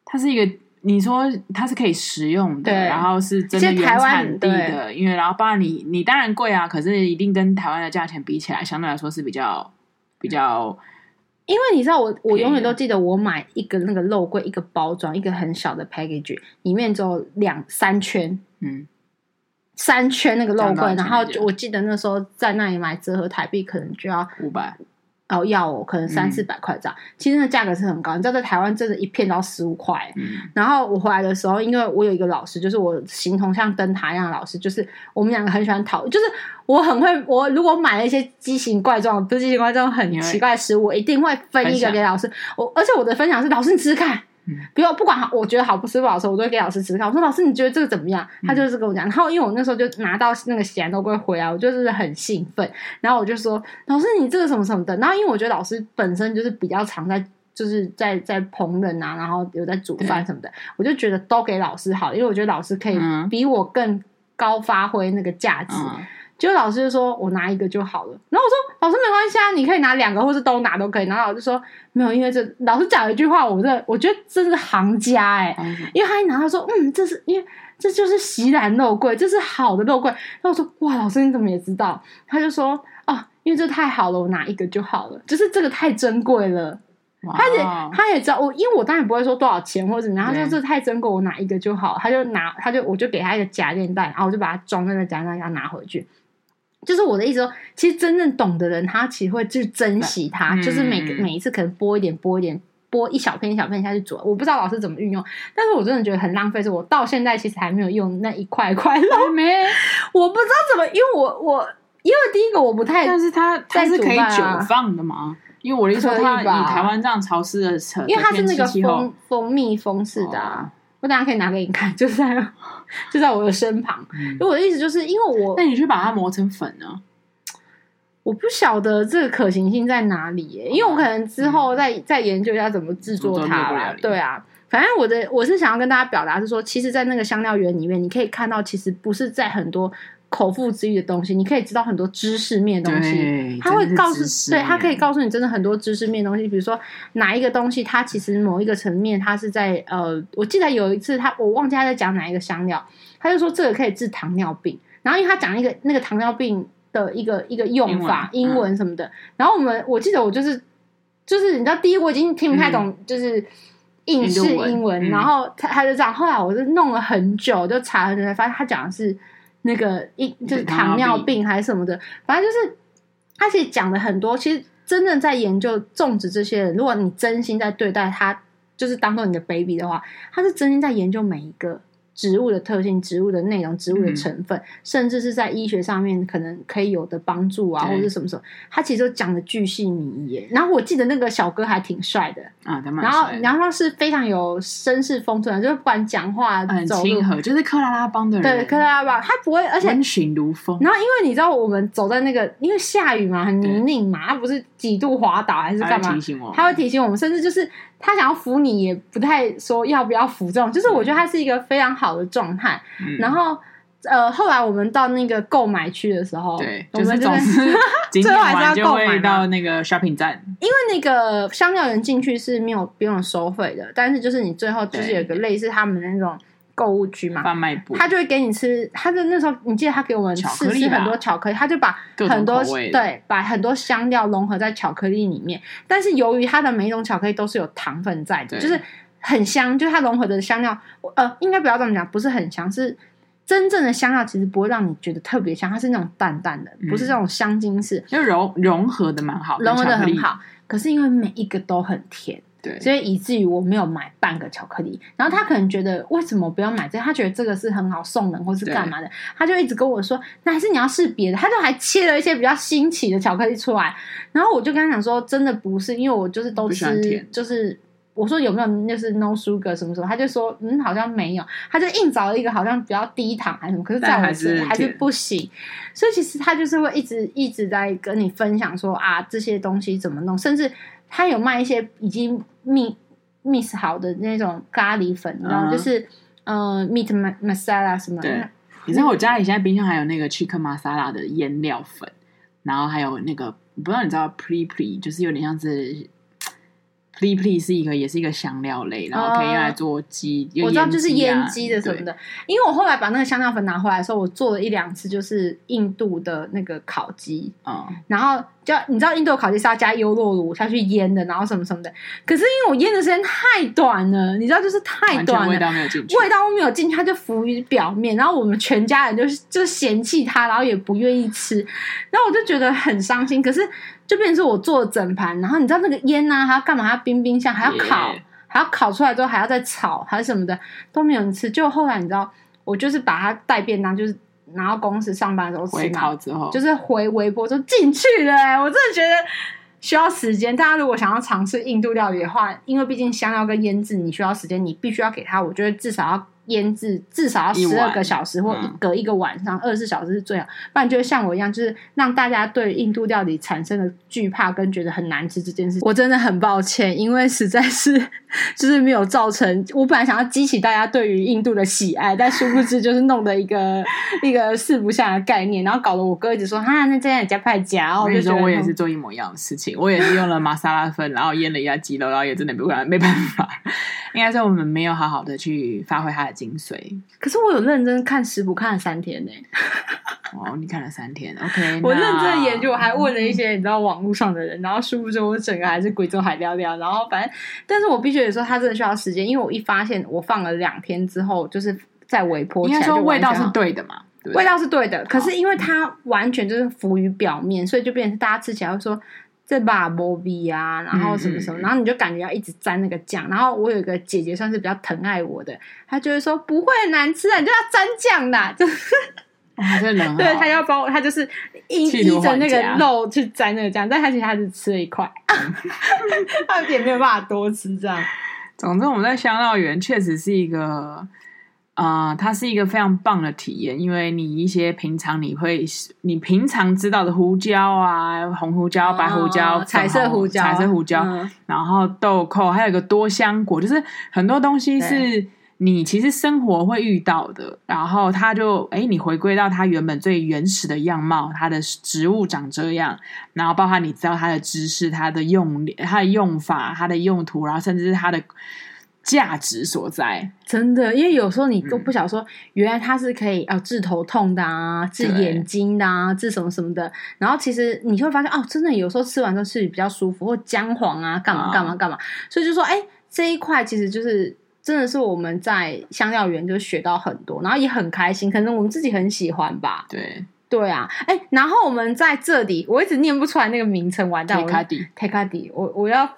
Speaker 1: 它是一个。你说它是可以食用的，
Speaker 2: 对
Speaker 1: 然后是真的
Speaker 2: 其实台
Speaker 1: 原
Speaker 2: 湾
Speaker 1: 产地的，因为然后当然你你当然贵啊，可是一定跟台湾的价钱比起来，相对来说是比较比较
Speaker 2: 因为你知道我，我
Speaker 1: 便宜啊
Speaker 2: 永远都记得我买一个那个肉桂，一个包装，一个很小的 package，里面只有两三圈，
Speaker 1: 嗯
Speaker 2: 三圈那个肉
Speaker 1: 讲到
Speaker 2: 桂。
Speaker 1: 很
Speaker 2: 然后
Speaker 1: 便宜了
Speaker 2: 我记得那时候在那里买折合台币可能就要
Speaker 1: 五百
Speaker 2: 哦要我可能三
Speaker 1: 嗯
Speaker 2: 四百块这样，其实那价格是很高，你知道在台湾真的一片都要十五块、
Speaker 1: 嗯
Speaker 2: 然后我回来的时候，因为我有一个老师，就是我形同像灯塔一样的老师，就是我们两个很喜欢讨，就是我很会，我如果买了一些畸形怪状，不是畸形怪状，很奇怪的食物，我一定会分一个给老师。我而且我的分享是，老师你吃吃看
Speaker 1: 嗯。
Speaker 2: 不要，不管好我觉得好不吃不好吃，我都会给老师吃吃看。我说老师，你觉得这个怎么样？他
Speaker 1: 嗯
Speaker 2: 就是跟我讲。然后因为我那时候就拿到那个喜兰肉桂回来，我就是很兴奋。然后我就说老师，你这个什么什么的。然后因为我觉得老师本身就是比较常在就是在在烹饪啊，然后有在煮饭什么的，我就觉得都给老师好，因为我觉得老师可以
Speaker 1: 嗯
Speaker 2: 比我更高发挥那个价值。
Speaker 1: 嗯，
Speaker 2: 结果老师就说我拿一个就好了，然后我说老师没关系啊，你可以拿两个或是都拿都可以。然后老师说没有，因为这老师讲了一句话，我这我觉得真是行家哎、
Speaker 1: 然后说
Speaker 2: 因为他一拿到说，嗯，这是因为这就是席兰肉桂，这是好的肉桂。然后我说，哇，老师你怎么也知道？他就说，哦，因为这太好了，我拿一个就好了，就是这个太珍贵了。
Speaker 1: 哇
Speaker 2: 他也他也知道哦我，因为我当然不会说多少钱或者怎么样，他
Speaker 1: 哦对
Speaker 2: 就这太珍贵，我拿一个就好。他就拿，他就我就给他一个夹链袋，然后我就把它装在那夹链袋，给他拿回去。就是我的意思说，其实真正懂的人，他其实会去珍惜它，
Speaker 1: 嗯
Speaker 2: 就是每个每一次可能剥一点，剥一点，剥一小片一小片下去煮。我不知道老师怎么运用，但是我真的觉得很浪费，是我到现在其实还没有用那一块 块肉，
Speaker 1: 还没，
Speaker 2: 我不知道怎么，因为我我因为第一个我不太
Speaker 1: 但是它它
Speaker 2: 在
Speaker 1: 是
Speaker 2: 煮
Speaker 1: 可以
Speaker 2: 饭啊
Speaker 1: 久放的吗？因为我的意思说，
Speaker 2: 可以
Speaker 1: 它
Speaker 2: 吧
Speaker 1: 你台湾这样潮湿的城，
Speaker 2: 因为它是那
Speaker 1: 的天
Speaker 2: 个
Speaker 1: 气气候
Speaker 2: 封封密封式的、啊，
Speaker 1: 哦
Speaker 2: 我等下可以拿给你看，就 在就在我的身旁。
Speaker 1: 嗯
Speaker 2: 就我的意思就是，因为我
Speaker 1: 那你去把它磨成粉呢？
Speaker 2: 我不晓得这个可行性在哪里耶、因为我可能
Speaker 1: 哦
Speaker 2: 之后再、再研究一下怎么制作
Speaker 1: 制作
Speaker 2: 它
Speaker 1: 这个料
Speaker 2: 啦
Speaker 1: 理。
Speaker 2: 对啊，反正我的我是想要跟大家表达是说，其实，在那个香料园里面，你可以看到，其实不是在很多口腹之欲的东西，你可以知道很多知识面的东西。
Speaker 1: 对，
Speaker 2: 他会
Speaker 1: 真的是
Speaker 2: 告诉
Speaker 1: 知，识
Speaker 2: 对
Speaker 1: 耶
Speaker 2: 他可以告诉你真的很多知识面的东西，比如说哪一个东西，它其实某一个层面，它是在呃，我记得有一次他我忘记他在讲哪一个香料，他就说这个可以治糖尿病，然后因为他讲一个那个糖尿病的一个一个用法，
Speaker 1: 英
Speaker 2: 英
Speaker 1: 文嗯
Speaker 2: 文什么的，然后我们我记得我就是就是你知道，第一我已经听不太懂，就是。应试
Speaker 1: 嗯印度文
Speaker 2: 英文，
Speaker 1: 嗯
Speaker 2: 然后他他就这样。后来我就弄了很久，就查了很久，才发现他讲的是那个一就是糖尿病还是什么的，反正就是他其实讲了很多。其实真正在研究种植这些人，如果你真心在对待他，就是当做你的 baby 的话，他是真心在研究每一个植物的特性、植物的内容、植物
Speaker 1: 嗯
Speaker 2: 的成分，甚至是在医学上面可能可以有的帮助啊，
Speaker 1: 对
Speaker 2: 或者是什么什么，他其实都讲的巨细靡遗耶。然后我记得那个小哥还挺帅的，
Speaker 1: 啊，他蛮
Speaker 2: 然后
Speaker 1: 帅的
Speaker 2: 然后他是非常有绅士风度的，就是不管讲话、
Speaker 1: 很
Speaker 2: 走路
Speaker 1: 亲，和，就是克拉拉邦的人，
Speaker 2: 对，克拉拉吧，他不会，而且
Speaker 1: 温驯如风，
Speaker 2: 然后因为你知道我们走在那个，因为下雨嘛，很泥泞嘛，他不是几度滑倒还是
Speaker 1: 他
Speaker 2: 干
Speaker 1: 会
Speaker 2: 嘛
Speaker 1: 提？醒我，
Speaker 2: 他会提醒我们，甚至就是他想要扶你，也不太说要不要扶这种，就是我觉得他是一个非常好的状态。
Speaker 1: 嗯
Speaker 2: 然后呃，后来我们到那个购买区的时候，
Speaker 1: 对，
Speaker 2: 我
Speaker 1: 就是
Speaker 2: 们
Speaker 1: 总
Speaker 2: 真的
Speaker 1: 是 景点
Speaker 2: 最后还是
Speaker 1: 完
Speaker 2: 要
Speaker 1: 就
Speaker 2: 购买
Speaker 1: 会
Speaker 2: 嘛
Speaker 1: 到那个 shopping 站，
Speaker 2: 因为那个香料园进去是没有不用收费的，但是就是你最后就是有一个类似他们那种购物区嘛，
Speaker 1: 贩卖部，
Speaker 2: 他就会给你吃，他就那时候你记得他给我们
Speaker 1: 巧克
Speaker 2: 试
Speaker 1: 力
Speaker 2: 吃
Speaker 1: 吧
Speaker 2: 很多巧克力，他就把
Speaker 1: 各种
Speaker 2: 很多
Speaker 1: 口味的
Speaker 2: 对把很多香料融合在巧克力里面，但是由于它的每一种巧克力都是有糖分在
Speaker 1: 对
Speaker 2: 的，就是很香，就是它融合的香料，我呃，应该不要这么讲，不是很香，是真正的香料其实不会让你觉得特别香，它是那种淡淡的，不是
Speaker 1: 嗯
Speaker 2: 那种香精式，
Speaker 1: 就融融合的蛮好，
Speaker 2: 融合的
Speaker 1: 跟巧克
Speaker 2: 很
Speaker 1: 力，
Speaker 2: 好。可是因为每一个都很甜，
Speaker 1: 对，
Speaker 2: 所以以至于我没有买半个巧克力。然后他可能觉得为什么不要买这个？他觉得这个是很好送人或是干嘛的，他就一直跟我说，那还是你要试别的。他就还切了一些比较新奇的巧克力出来。然后我就跟他讲说，真的不是，因为我就是都
Speaker 1: 不喜欢
Speaker 2: 吃
Speaker 1: 甜，
Speaker 2: 就是。我说有没有就是 no sugar 什么什么，他就说嗯好像没有，他就硬找了一个好像比较低糖还是什么，可是在
Speaker 1: 但
Speaker 2: 我
Speaker 1: 还是
Speaker 2: 吃还是
Speaker 1: 甜
Speaker 2: 不行，所以其实他就是会一直一直在跟你分享说啊这些东西怎么弄，甚至他有卖一些已经 mix mix 好的那种咖喱粉，然
Speaker 1: 嗯
Speaker 2: 后、
Speaker 1: 哼
Speaker 2: 就是呃 meat ma- masala 什么的，
Speaker 1: 对你知道我家里现在冰箱还有那个 chicken masala 的腌料粉，然后还有那个不知道你知道 pre pre 就是有点像是 pre pre 是一个也是一个香料类，然后可以用来做鸡，有
Speaker 2: 啊我知道就是
Speaker 1: 腌
Speaker 2: 腌
Speaker 1: 鸡
Speaker 2: 鸡
Speaker 1: 啊
Speaker 2: 的什么。的。因为我后来把那个香料粉拿回来的时候，我做了一两次，就是印度的那个烤鸡，
Speaker 1: 对嗯，
Speaker 2: 然后就你知道印度烤鸡是要加优酪乳下去腌的，然后什么什么的。可是因为我腌的时间太短了，你知道就是太
Speaker 1: 完全
Speaker 2: 短
Speaker 1: 味
Speaker 2: 了。
Speaker 1: 道没有进去。
Speaker 2: 味道都没有进去，它就浮于表面。然后我们全家人就是就嫌弃它，然后也不愿意吃。然后我就觉得很伤心。可是就变成是我做整盘，然后你知道那个烟啊，还要干嘛？还要冰冰箱，还要烤
Speaker 1: Yeah
Speaker 2: 还要烤出来之后还要再炒，还是什么的都没有人吃。就后来你知道，我就是把它带便当，就是拿到公司上班的时候吃
Speaker 1: 回
Speaker 2: 嘛
Speaker 1: 烤，之后，
Speaker 2: 就是是回微波就进去了、欸。我真的觉得需要时间。大家如果想要尝试印度料理的话，因为毕竟香料跟腌制你需要时间，你必须要给它，我觉得至少要腌制至少要十二
Speaker 1: 一
Speaker 2: 个
Speaker 1: 晚
Speaker 2: 小时或
Speaker 1: 嗯
Speaker 2: 一隔一个晚上，二十四小时是最好，不然就会像我一样，就是让大家对印度料理产生了惧怕跟觉得很难吃这件事。我真的很抱歉，因为实在是 就是没有造成我本来想要激起大家对于印度的喜爱，但殊不知就是弄的一个 一个四不像的概念，然后搞得我哥一直说哈，那这样也加派夹哦，
Speaker 1: 我跟
Speaker 2: 就
Speaker 1: 你
Speaker 2: 觉
Speaker 1: 说，
Speaker 2: 得
Speaker 1: 我也
Speaker 2: 很
Speaker 1: 是做一模一样的事情，我也是用了玛莎拉粉，然后腌了一下鸡肉，然后也真的没办没办法。 应该说我们没有好好的去发挥它的精髓。
Speaker 2: 可是我有认真看食谱，看了三天呢、
Speaker 1: 哦，你看了三天，OK？
Speaker 2: 我
Speaker 1: 那
Speaker 2: 认真地研究，我还问了一些你知道网络上的人，然后殊不知我整个还是贵州海料料。然后反正，但是我必须得说，它真的需要时间，因为我一发现我放了两天之后，就是在微波
Speaker 1: 应该
Speaker 2: 起来
Speaker 1: 说
Speaker 2: 就完
Speaker 1: 味
Speaker 2: 全
Speaker 1: 道是
Speaker 2: 好
Speaker 1: 对的嘛？对不对
Speaker 2: 啊味道是对的，可是因为它完全就是浮于表面，所以就变成大家吃起来会说这把波比啊，然后什么什
Speaker 1: 嗯
Speaker 2: 么，
Speaker 1: 嗯嗯
Speaker 2: 然后你就感觉要一直沾那个酱。然后我有一个姐姐算是比较疼爱我的，她就会说不会很难吃啊，你就要沾酱啦，就是
Speaker 1: 哇真的很好
Speaker 2: 对他要帮我，他就是依
Speaker 1: 企
Speaker 2: 依
Speaker 1: 图
Speaker 2: 着
Speaker 1: 还
Speaker 2: 那个
Speaker 1: 价
Speaker 2: 肉去沾那个酱，但他其实他只吃了 一块，他也没有办法多吃这样。
Speaker 1: 总之，我们在香料园确实是一个，呃，它是一个非常棒的体验，因为你一些平常你会你平常知道的胡椒啊，红胡椒、白胡椒、
Speaker 2: 哦彩色
Speaker 1: 粉红
Speaker 2: 胡椒、
Speaker 1: 彩色胡椒，
Speaker 2: 嗯
Speaker 1: 然后豆蔻，还有一个多香果，就是很多东西是你其实生活会遇到的，然后它就哎，你回归到它原本最原始的样貌，它的植物长这样，然后包含你知道它的知识、它的用它的用法、它的用途，然后甚至是它的价值所在。
Speaker 2: 真的，因为有时候你都
Speaker 1: 嗯
Speaker 2: 不想说，原来它是可以啊、呃治头痛的啊，治
Speaker 1: 对
Speaker 2: 眼睛的啊，治什么什么的。然后其实你会发现哦，真的有时候吃完之后是比较舒服，或姜黄啊，干嘛
Speaker 1: 啊
Speaker 2: 干嘛干嘛。所以就说，哎，这一块其实就是真的是我们在香料园就学到很多，然后也很开心，可能我们自己很喜欢吧。
Speaker 1: 对，
Speaker 2: 对啊，哎，然后我们在这里，我一直念不出来那个名称，完蛋，
Speaker 1: 铁
Speaker 2: 我
Speaker 1: 卡迪，
Speaker 2: t e k a d i 我我要，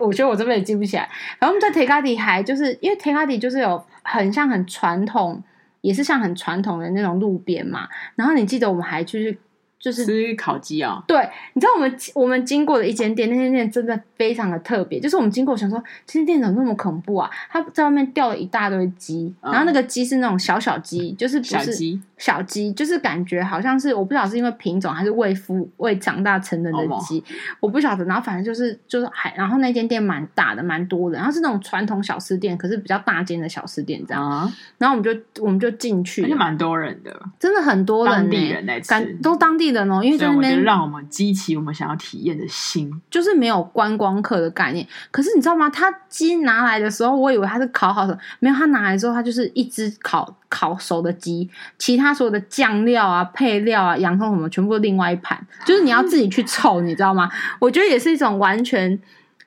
Speaker 2: 我觉得我这边也记不起来。然后我们在 t e k a d i 还就是因为 t e k a d i 就是有很像很传统，也是像很传统的那种路边嘛。然后你记得我们还去就是
Speaker 1: 吃烤鸡哦，
Speaker 2: 对，你知道我们我们经过的一间店，那间店真的非常的特别，就是我们经过想说，这间店怎么那么恐怖啊？它在外面掉了一大堆鸡，
Speaker 1: 嗯
Speaker 2: 然后那个鸡是那种小小鸡，就是不是
Speaker 1: 小鸡
Speaker 2: 小鸡，就是感觉好像是我不晓得是因为品种还是喂孵喂长大成人的
Speaker 1: 哦
Speaker 2: 鸡，我不晓得。然后反正就是就是还，然后那间店蛮大的，蛮多人，然后是那种传统小吃店，可是比较大间的小吃店这样。
Speaker 1: 啊，
Speaker 2: 然后我们就我们就进去
Speaker 1: 而且
Speaker 2: 了，
Speaker 1: 蛮多人的，
Speaker 2: 真的很多人、
Speaker 1: 当
Speaker 2: 呢，
Speaker 1: 地人在吃
Speaker 2: 感。都当地人哦，因为
Speaker 1: 所
Speaker 2: 在
Speaker 1: 以
Speaker 2: 那
Speaker 1: 我觉得
Speaker 2: 边
Speaker 1: 让我们激起我们想要体验的心，
Speaker 2: 就是没有观光客的概念。可是你知道吗？它鸡拿来的时候，我以为它是烤好的，没有，它拿来之后，它就是一只烤烤熟的鸡，其他所有的酱料啊、配料啊、洋葱什么，全部另外一盘，就是你要自己去凑，你知道吗？我觉得也是一种完全。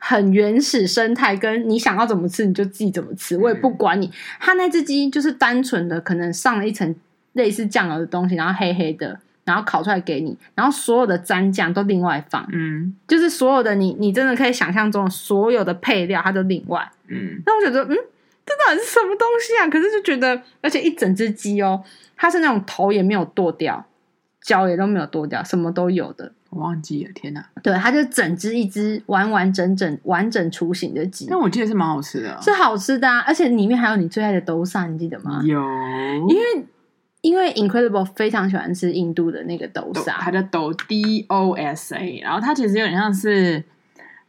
Speaker 2: 很原始生态，跟你想要怎么吃你就自己怎么吃，我也不管你。它那只鸡就是单纯的，可能上了一层类似酱油的东西，然后黑黑的，然后烤出来给你，然后所有的蘸酱都另外放，
Speaker 1: 嗯
Speaker 2: 就是所有的你，你真的可以想象中的所有的配料，它都另外。
Speaker 1: 嗯，
Speaker 2: 那我觉得，嗯，这到底是什么东西啊？可是就觉得，而且一整只鸡哦，它是那种头也没有剁掉，脚也都没有剁掉，什么都有的。
Speaker 1: 我忘记了，天哪！
Speaker 2: 对，它就整只一只完完整整、完整雏形的鸡
Speaker 1: 但，我记得是蛮好吃的，
Speaker 2: 是好吃的啊！而且里面还有你最爱的豆沙，你记得吗？
Speaker 1: 有，
Speaker 2: 因为因为 Incredible 非常喜欢吃印度的那个豆
Speaker 1: 抖
Speaker 2: 沙，
Speaker 1: 它叫抖 D O S A，然后它其实有点像是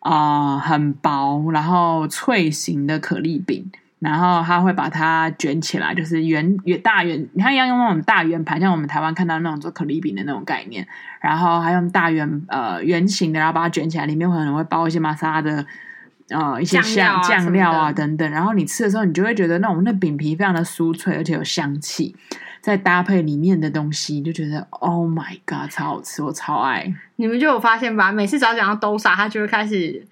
Speaker 1: 啊、呃很薄，然后脆型的可丽饼，然后它会把它卷起来，就是圆圆大圆，你看要用那种大圆盘，像我们台湾看到那种做可丽饼的那种概念，然后还用大圆呃圆形的，然后把它卷起来，里面可能会包一些玛莎拉的。呃，一些
Speaker 2: 酱料
Speaker 1: 香
Speaker 2: 啊什么
Speaker 1: 酱料啊
Speaker 2: 的
Speaker 1: 等等，然后你吃的时候，你就会觉得那种那饼皮非常的酥脆，而且有香气。再搭配里面的东西，你就觉得 Oh my God，超好吃，我超爱。
Speaker 2: 你们就有发现吧？每次只要讲到兜沙，他就会开始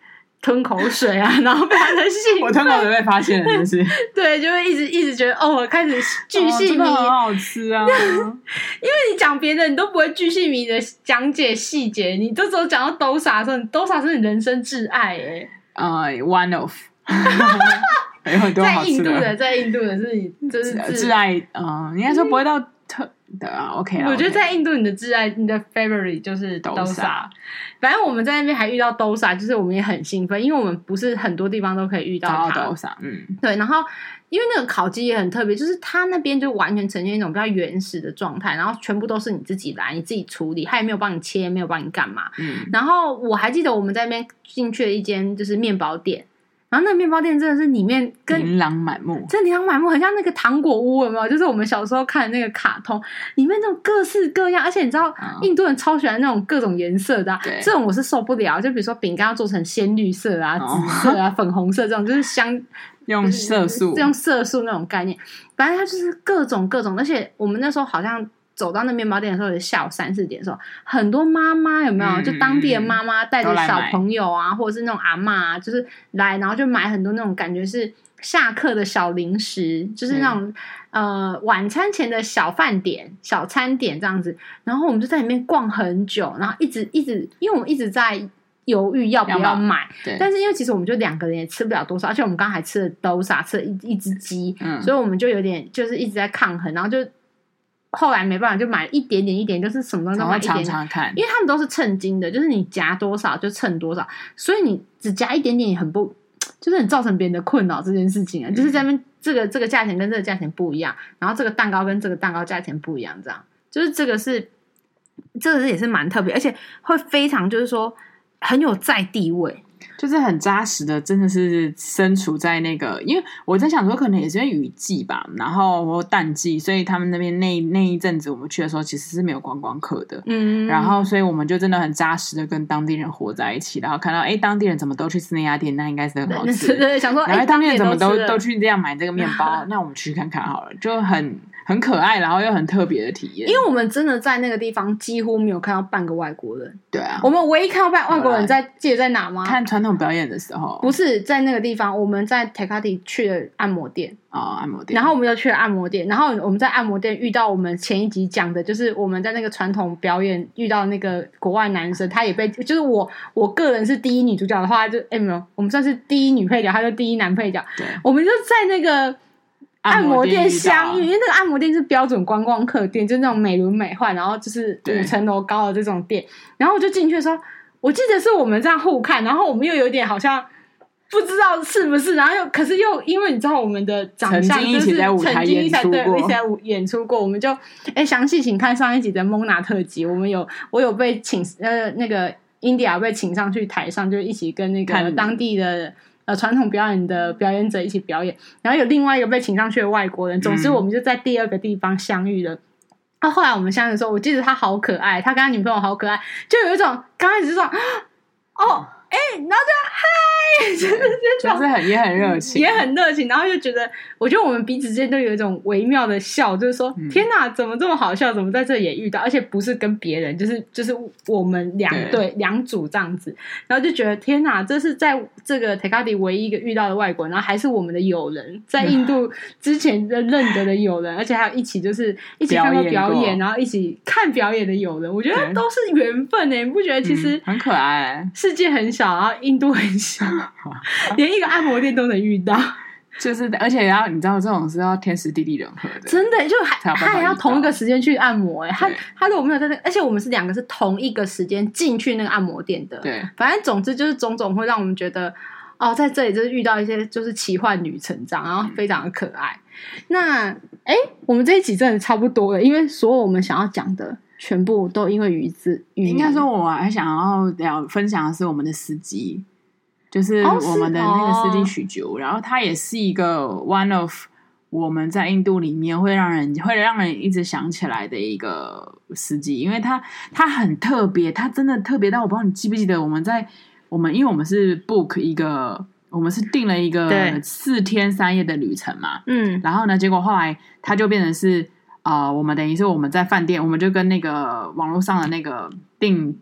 Speaker 2: 吞口水啊， 然后非常的兴
Speaker 1: 我
Speaker 2: 奋，
Speaker 1: 吞口水被发现了，真的是
Speaker 2: 对，就会一直一直觉得哦，我开始 巨
Speaker 1: 哦
Speaker 2: 细
Speaker 1: 真的
Speaker 2: 迷，
Speaker 1: 很好吃 啊！
Speaker 2: 因为你讲别的你都不会巨细迷的讲解细节，你这时候讲到兜沙的时候，你兜沙是你人生挚爱哎、
Speaker 1: 呃，One of，有很多
Speaker 2: 在
Speaker 1: 好
Speaker 2: 印
Speaker 1: 啊吃
Speaker 2: 度的，在印度的是你真是
Speaker 1: 挚
Speaker 2: 挚
Speaker 1: 呃挚爱，嗯、应该说不会到特对啊，OK 啊，
Speaker 2: 我觉得
Speaker 1: OK
Speaker 2: 在印度，你的挚爱，你的 favorite 就是
Speaker 1: 都
Speaker 2: Dosa
Speaker 1: 傻。
Speaker 2: 反正我们在那边还遇到 Dosa，就是我们也很兴奋，因为我们不是很多地方都可以遇到
Speaker 1: 找
Speaker 2: 它。
Speaker 1: 到都傻，嗯，
Speaker 2: 对，然后因为那个烤鸡也很特别，就是它那边就完全呈现一种比较原始的状态，然后全部都是你自己来，你自己处理，它也没有帮你切，没有帮你干嘛。
Speaker 1: 嗯，
Speaker 2: 然后我还记得我们在那边进去了一间就是面包店，然后那个面包店真的是里面跟
Speaker 1: 琳琅满目，
Speaker 2: 这琳琅满目，很像那个糖果屋，有没有？就是我们小时候看的那个卡通，里面那种各式各样，而且你知道，
Speaker 1: 嗯
Speaker 2: 印度人超喜欢那种各种颜色的啊、
Speaker 1: 对
Speaker 2: 这种我是受不了。啊就比如说饼干要做成鲜绿色啊、
Speaker 1: 哦
Speaker 2: 紫 色啊、粉红色这种，就是香
Speaker 1: 用色素，
Speaker 2: 用色素那种概念。反正它就是各种各种，而且我们那时候好像。走到那面包店的时候，也是下午三四点的时候，很多妈妈有没有？
Speaker 1: 嗯
Speaker 2: 就当地的妈妈带着
Speaker 1: 都来
Speaker 2: 小
Speaker 1: 买
Speaker 2: 朋友啊，或者是那种阿嬷啊，就是来，然后就买很多那种感觉是下课的小零食，就是
Speaker 1: 嗯
Speaker 2: 那种、呃晚餐前的小饭点、小餐点这样子。然后我们就在里面逛很久，然后一直一直，因为我们一直在犹豫要不
Speaker 1: 要
Speaker 2: 要
Speaker 1: 买
Speaker 2: 买，
Speaker 1: 对，
Speaker 2: 但是因为其实我们就两个人也吃不了多少，而且我们刚还吃了豆沙，吃了一一只鸡，
Speaker 1: 嗯
Speaker 2: 所以我们就有点就是一直在抗衡，然后就后来没办法就买一点点一点，就是什么东西都
Speaker 1: 然
Speaker 2: 买
Speaker 1: 后
Speaker 2: 一点
Speaker 1: 哦尝
Speaker 2: 点，
Speaker 1: 尝看，
Speaker 2: 因为他们都是称斤的，就是你夹多少就称多少，所以你只夹一点点也很不，就是很造成别人的困扰这件事
Speaker 1: 嗯
Speaker 2: 情啊，就是在那边这个这个价钱跟这个价钱不一样，然后这个蛋糕跟这个蛋糕价钱不一样，这样就是这个是这个是也是蛮特别，而且会非常就是说很有在地位，
Speaker 1: 就是很扎实的，真的是身处在那个，因为我在想说，可能也是因为雨季吧，然后或淡季，所以他们那边那那一阵子我们去的时候，其实是没有观光客的。
Speaker 2: 嗯，
Speaker 1: 然后，所以我们就真的很扎实的跟当地人活在一起，然后看到哎，诶当地人怎么都去吃那家店，那应该是很好
Speaker 2: 对
Speaker 1: 吃。
Speaker 2: 对，想说
Speaker 1: 然
Speaker 2: 哎，
Speaker 1: 后当地人怎么
Speaker 2: 当
Speaker 1: 都
Speaker 2: 地人
Speaker 1: 都
Speaker 2: 吃了
Speaker 1: 去这样买这个面 包，那我们去看看好了，就很很可爱，然后又很特别的体验。
Speaker 2: 因为我们真的在那个地方几乎没有看到半个外国人，
Speaker 1: 对啊，
Speaker 2: 我们唯一看到半外国
Speaker 1: 有
Speaker 2: 人
Speaker 1: 啦
Speaker 2: 在记得在哪吗？
Speaker 1: 看传统表演的时候，
Speaker 2: 不是在那个地方，我们在 t e k a t i 去了按摩店，
Speaker 1: 哦，按摩店，
Speaker 2: 然后我们又去了按摩店，然后我们在按摩店遇到我们前一集讲的，就是我们在那个传统表演遇到那个国外男生，他也被就是我我个人是第一女主角的话，就哎、没有，我们算是第一女配角，他就第一男配角，
Speaker 1: 对
Speaker 2: 我们就在那个按摩店相遇，因
Speaker 1: 遇
Speaker 2: 为那个按摩店是标准观光客店，就是那种美轮美奂，然后就是
Speaker 1: 对
Speaker 2: 五层楼高的这种店。然后我就进去的时候，我记得是我们这样互看，然后我们又有点好像不知道是不是，然后又可是又因为你知道我们的长相，
Speaker 1: 曾经一起
Speaker 2: 就是
Speaker 1: 在舞台
Speaker 2: 曾经一起
Speaker 1: 演出
Speaker 2: 对
Speaker 1: 过
Speaker 2: 一起在舞演出过，我们就哎详细请看上一集的蒙娜特辑，我们有我有被请呃那个 India 被请上去台上，就一起跟那个
Speaker 1: 看
Speaker 2: 当地的。呃，传统表演的表演者一起表演，然后有另外一个被请上去的外国人。总之，
Speaker 1: 嗯
Speaker 2: 我们就在第二个地方相遇了。那、后来我们相遇的时候，我记得他好可爱，他跟他女朋友好可爱，就有一种刚开始就说啊哦哎、然后就嗨， 就是这
Speaker 1: 到，
Speaker 2: 种嗯
Speaker 1: 就是很也很热情，
Speaker 2: 也很热情，然后就觉得，我觉得我们彼此之间都有一种微妙的笑，就是说，
Speaker 1: 嗯
Speaker 2: 天哪，怎么这么好笑？怎么在这里也遇到？而且不是跟别人，就是就是我们两
Speaker 1: 对
Speaker 2: 对两组这样子，然后就觉得天哪，这是在这个 t e k a d i 唯一一个遇到的外国人，然后还是我们的友人，在
Speaker 1: 嗯
Speaker 2: 印度之前的认得的友人，而且还有一起就是一起看
Speaker 1: 表
Speaker 2: 过
Speaker 1: 演
Speaker 2: 表
Speaker 1: 过
Speaker 2: 演，然后一起看表演的友人，我觉得
Speaker 1: 对
Speaker 2: 都是缘分呢、你不觉得？其实、
Speaker 1: 嗯很可爱，
Speaker 2: 世界很小，然后印度很 小，连一个按摩店都能遇到，
Speaker 1: 就是而且然后你知道这种是要天时地利人和的，
Speaker 2: 真的就还
Speaker 1: 才有办法
Speaker 2: 他还要
Speaker 1: 遇到
Speaker 2: 同一个时间去按摩、欸，哎，他
Speaker 1: 对
Speaker 2: 他如果没有在那，而且我们是两个是同一个时间进去那个按摩店的，
Speaker 1: 对，
Speaker 2: 反正总之就是种种会让我们觉得，哦，在这里就是遇到一些就是奇幻旅程这样，然后非常的可爱。
Speaker 1: 嗯
Speaker 2: 那哎、我们这一集真的差不多了，因为所有我们想要讲的全部都因为鱼子，鱼
Speaker 1: 应该
Speaker 2: 腩
Speaker 1: 说我还想要聊分享的是我们的司机，就是
Speaker 2: 哦是
Speaker 1: 我们的那个司
Speaker 2: 哦
Speaker 1: 机许久，然后他也是一个 one of 我们在印度里面会让人会让人一直想起来的一个司机，因为他他很特别，他真的特别到我不知道你记不记得我们在我们因为我们是 book 一个我们是订了一
Speaker 2: 对
Speaker 1: 个四天三夜的旅程嘛，
Speaker 2: 嗯
Speaker 1: 然后呢，结果后来他就变成是呃，我们等于是我们在饭店，我们就跟那个网络上的那个订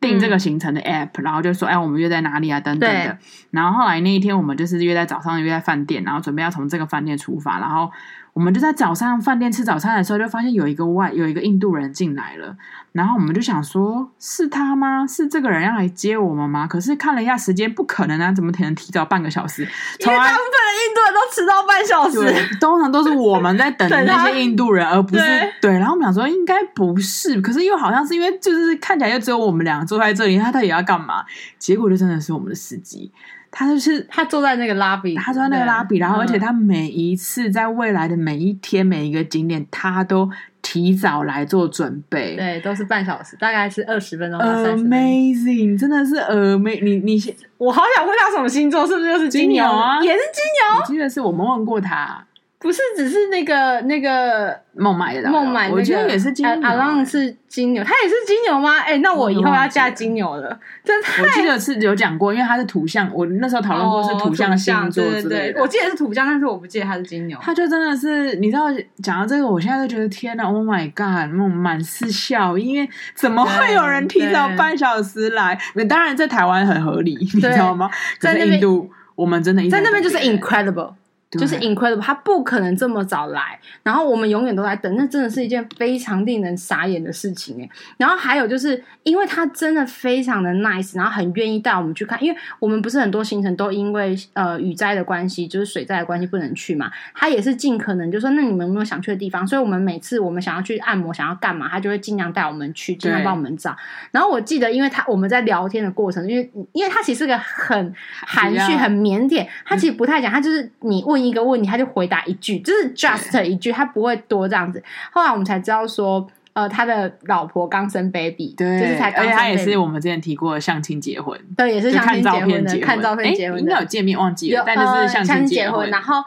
Speaker 1: 订这个行程的 app，、然后就说哎，我们约在哪里啊，等等
Speaker 2: 嗯对
Speaker 1: 的。然后后来那一天我们就是约在早上约在饭店，然后准备要从这个饭店出发，然后我们就在早上饭店吃早餐的时候，就发现有一个外有一个印度人进来了，然后我们就想说，是他吗？是这个人要来接我们吗？可是看了一下时间，不可能啊，怎么可能提早半个小时？
Speaker 2: 因为
Speaker 1: 从来
Speaker 2: 大部分的印度人都迟到半小时，
Speaker 1: 对，通常都是我们在 等
Speaker 2: 等他
Speaker 1: 那些印度人，而不是
Speaker 2: 对
Speaker 1: 对。然后我们想说应该不是，可是又好像是因为就是看起来就只有我们两个坐在这里，他到底要干嘛？结果就真的是我们的司机，他就是
Speaker 2: 他坐在那个拉比，
Speaker 1: 他穿那个拉比，
Speaker 2: 对
Speaker 1: 然后而且
Speaker 2: 嗯
Speaker 1: 他每一次在未来的每一天每一个景点，他都提早来做准备。
Speaker 2: 嗯对都是半小时，大概是二十分钟到三十
Speaker 1: 呃
Speaker 2: 分钟。
Speaker 1: Amazing，真的是 amazing！你你先
Speaker 2: 我好想问他什么星座，是不是就是
Speaker 1: 金
Speaker 2: 牛
Speaker 1: 牛啊
Speaker 2: 也是金牛，
Speaker 1: 我记得是我们问过他
Speaker 2: 不是只是那个那个
Speaker 1: 孟买的导游，
Speaker 2: 孟买、那个，
Speaker 1: 我觉得也是金牛，啊
Speaker 2: 阿浪是金牛，他也是金牛吗？哎、那我以后要嫁金牛了，真的。
Speaker 1: 我记得是有讲过，因为他是土象，我那时候讨论过是
Speaker 2: 哦土
Speaker 1: 象星座
Speaker 2: 对
Speaker 1: 之
Speaker 2: 对
Speaker 1: 类
Speaker 2: 对，
Speaker 1: 的。
Speaker 2: 我记得是土象，但是我不记得他是金牛。
Speaker 1: 他就真的是，你知道，讲到这个，我现在都觉得天哪，Oh my God，那种满是笑，因为怎么会有人提早
Speaker 2: 对
Speaker 1: 半小时来？当然，在台湾很合理，你知道吗？可
Speaker 2: 在那
Speaker 1: 是
Speaker 2: 边
Speaker 1: 印度，我们真的一直
Speaker 2: 在那边就是
Speaker 1: 等别人
Speaker 2: incredible，就是 incredible，他不可能这么早来，然后我们永远都在等，那真的是一件非常令人傻眼的事情哎。然后还有就是，因为他真的非常的 nice，然后很愿意带我们去看，因为我们不是很多行程都因为呃雨灾的关系，就是水灾的关系不能去嘛，他也是尽可能就说那你们有没有想去的地方？所以我们每次我们想要去按摩，想要干嘛，他就会尽量带我们去，尽量
Speaker 1: 对
Speaker 2: 帮我们找。然后我记得，因为他我们在聊天的过程，因为因为他其实是个很含
Speaker 1: 比
Speaker 2: 蓄、
Speaker 1: 较
Speaker 2: 很腼腆，他其实不太讲，他就是你问一个问题，他就回答一句，就是 just 一句，他不会多这样子。后来我们才知道说，呃，他的老婆刚生 baby，
Speaker 1: 对，
Speaker 2: 就是才刚
Speaker 1: 而且
Speaker 2: 生
Speaker 1: 他也是
Speaker 2: baby，
Speaker 1: 我们之前提过的相亲结婚，
Speaker 2: 对，也是
Speaker 1: 就
Speaker 2: 相
Speaker 1: 看
Speaker 2: 亲结
Speaker 1: 照
Speaker 2: 婚
Speaker 1: 片
Speaker 2: 的，
Speaker 1: 结婚，
Speaker 2: 看照片
Speaker 1: 诶
Speaker 2: 结婚
Speaker 1: 应该有
Speaker 2: 的，
Speaker 1: 见面忘记
Speaker 2: 有
Speaker 1: 了，但就是
Speaker 2: 呃
Speaker 1: 亲
Speaker 2: 亲
Speaker 1: 结
Speaker 2: 婚，然后。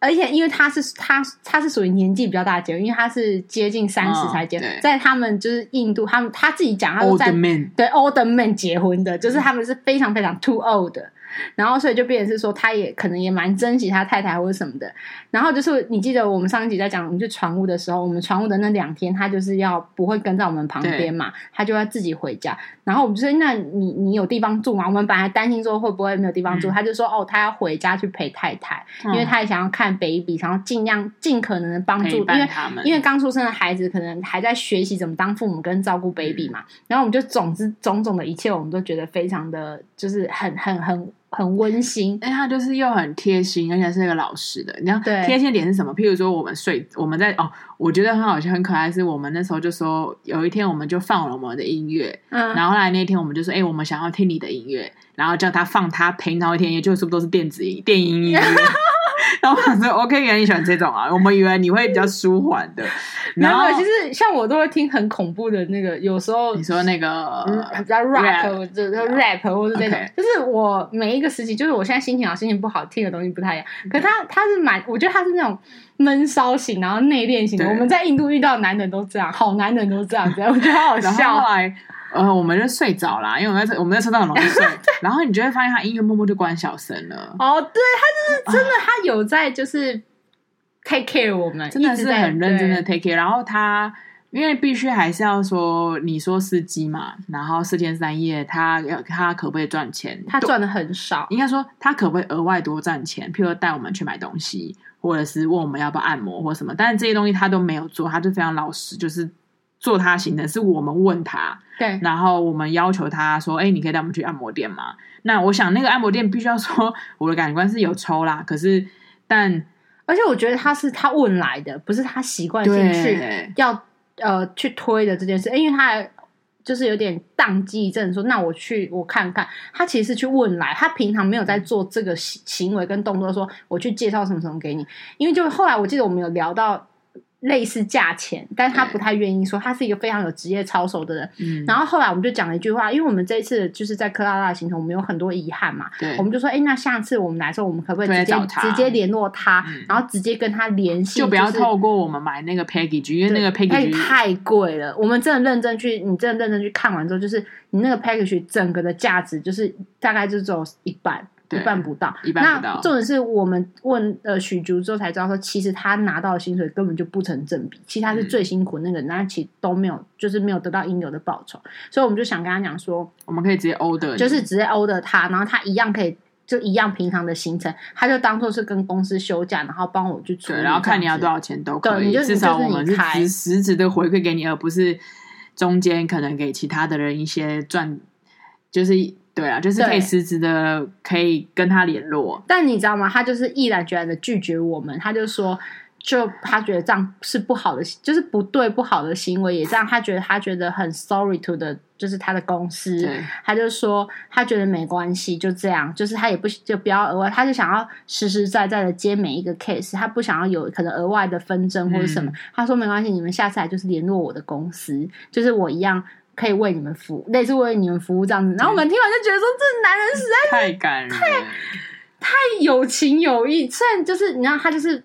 Speaker 2: 而且，因为他是他他是属于年纪比较大的结婚，因为他是接近三十
Speaker 1: 嗯
Speaker 2: 才结婚，
Speaker 1: 对哦
Speaker 2: 在他们就是印度，他们他自己讲，他说
Speaker 1: old
Speaker 2: 在
Speaker 1: man，
Speaker 2: 对 old man 结婚的，就是他们是非常非常 too old 的，然后所以就变成是说，他也可能也蛮珍惜他太太或者什么的。然后就是你记得我们上一集在讲我们去船务的时候，我们船务的那两天，他就是要不会跟在我们旁边嘛，他就要自己回家。然后我们就说，那你你有地方住吗？我们本来担心说会不会没有地方住，
Speaker 1: 嗯
Speaker 2: 他就说哦，他要回家去陪太太，
Speaker 1: 因
Speaker 2: 因为他也想要看 baby，想要尽量尽可能的帮助，
Speaker 1: 嗯陪
Speaker 2: 因为
Speaker 1: 伴他们，
Speaker 2: 因为刚出生的孩子可能还在学习怎么当父母跟照
Speaker 1: 嗯
Speaker 2: 顾 baby 嘛，然后我们就总之种种的一切，我们都觉得非常的就是很很很很温馨。
Speaker 1: 但他就是又很贴心，而且是一个老实的。你知道
Speaker 2: 对
Speaker 1: 贴心的点是什么？譬如说，我们睡，我们在哦，我觉得很好笑、很可爱，是我们那时候就说，有一天我们就放了我们的音乐，
Speaker 2: 嗯，
Speaker 1: 然后后来那天我们就说，哎、我们想要听你的音乐，然后叫他放他陪你到一天，也就是都是电子音、电音音 乐。然后我想说，OK，原来你喜欢这种啊，我们以为你会比较舒缓的。
Speaker 2: 没
Speaker 1: 然
Speaker 2: 有
Speaker 1: 后
Speaker 2: 没有，其实像我都会听很恐怖的那个，有时候
Speaker 1: 你说那个
Speaker 2: 嗯，比较 rap，
Speaker 1: rap
Speaker 2: 或者 rap 或者这种
Speaker 1: OK，
Speaker 2: 就是我每一个时期，就是我现在心情好、心情不好，听的东西不太一样。
Speaker 1: 嗯
Speaker 2: 可他他是蛮，我觉得他是那种闷骚型，然后内敛型的。
Speaker 1: 对
Speaker 2: 我们在印度遇到的男人都这样，好男人都这样子，我觉得好好
Speaker 1: 然后
Speaker 2: 笑
Speaker 1: 后。来，呃，我们就睡着啦，因为我们在车我们在车上很容 易睡。然后你就会发现他音乐默默就关小声了，
Speaker 2: 哦，对，他就是真的，他有在就是 take care 我们，
Speaker 1: 真的是很认真的
Speaker 2: 一直在。对
Speaker 1: take care。然后他因为必须还是要说，你说司机嘛，然后四天三夜，他要他可不可以赚钱？
Speaker 2: 他赚的很少，
Speaker 1: 应该说他可不可以额外多赚钱？譬如带我们去买东西，或者是问我们要不要按摩或什么，但是这些东西他都没有做，他就非常老实，就是做他行程，是我们问他。
Speaker 2: 对，
Speaker 1: 然后我们要求他说：“哎、你可以带我们去按摩店吗？”那我想那个按摩店必须要说， 我的感官是有抽啦，可是但
Speaker 2: 而且我觉得他是他问来的，不是他习惯性去
Speaker 1: 对
Speaker 2: 要呃去推的这件事，因为他还就是有点宕机症，说那我去我看看，他其实是去问来，他平常没有
Speaker 1: 嗯
Speaker 2: 在做这个行行为跟动作说我去介绍什么什么给你，因为就后来我记得我们有聊到类似价钱，但是他
Speaker 1: 对
Speaker 2: 不太愿意说，他是一个非常有职业操守的人，
Speaker 1: 嗯，
Speaker 2: 然后后来我们就讲了一句话，因为我们这一次就是在克拉拉的行程，我们有很多遗憾嘛，
Speaker 1: 对
Speaker 2: 我们就说，哎，那下次我们来的时候，我们可不可以
Speaker 1: 对
Speaker 2: 直接
Speaker 1: 找他
Speaker 2: 直接联络他，
Speaker 1: 嗯
Speaker 2: 然后直接跟他联系，
Speaker 1: 就不要
Speaker 2: 是
Speaker 1: 透过我们买那个 package，因为那个
Speaker 2: 对哎
Speaker 1: package
Speaker 2: 太贵了。我们真的认真去，你真的认真去看完之后，就是你那个 package 整个的价值，就是大概就只有一半，一
Speaker 1: 对
Speaker 2: 半不到。
Speaker 1: 一半不
Speaker 2: 那
Speaker 1: 到
Speaker 2: 重点是我们问呃许竹之后才知道说，其实他拿到的薪水根本就不成正比，其实他是
Speaker 1: 嗯
Speaker 2: 最辛苦那个人，那、其实都没有，就是没有得到应有的报酬。所以我们就想跟他讲说，
Speaker 1: 我们可以直接 order，
Speaker 2: 就是直接 order 他，然后他一样可以就一样平常的行程，他就当做是跟公司休假，然后帮我去处理，
Speaker 1: 对，然后看你要
Speaker 2: 这
Speaker 1: 多
Speaker 2: 样子
Speaker 1: 少钱都可
Speaker 2: 对
Speaker 1: 以，
Speaker 2: 你就
Speaker 1: 至少
Speaker 2: 就是
Speaker 1: 我
Speaker 2: 你
Speaker 1: 们是
Speaker 2: 开
Speaker 1: 实实质的回馈给你，而不是中间可能给其他的人一些赚，就是对啊，就是可
Speaker 2: 对
Speaker 1: 以实质的可以跟他联络。
Speaker 2: 但你知道吗？他就是毅然决然的拒绝我们，他就说，就他觉得这样是不好的，就是不对不好的行为，也这样他觉得他觉得很 sorry to 的，就是他的公司，
Speaker 1: 对，
Speaker 2: 他就说他觉得没关系，就这样，就是他也不就不要额外，他就想要实实在在的接每一个 case，他不想要有可能额外的纷争或者什么。他说没关系，你们下次来就是联络我的公司，就是我一样。可以为你们服务，类似为你们服务这样子。然后我们听完就觉得说，这男人实在
Speaker 1: 太感人了，
Speaker 2: 有情有义，虽然就是你知道他就是，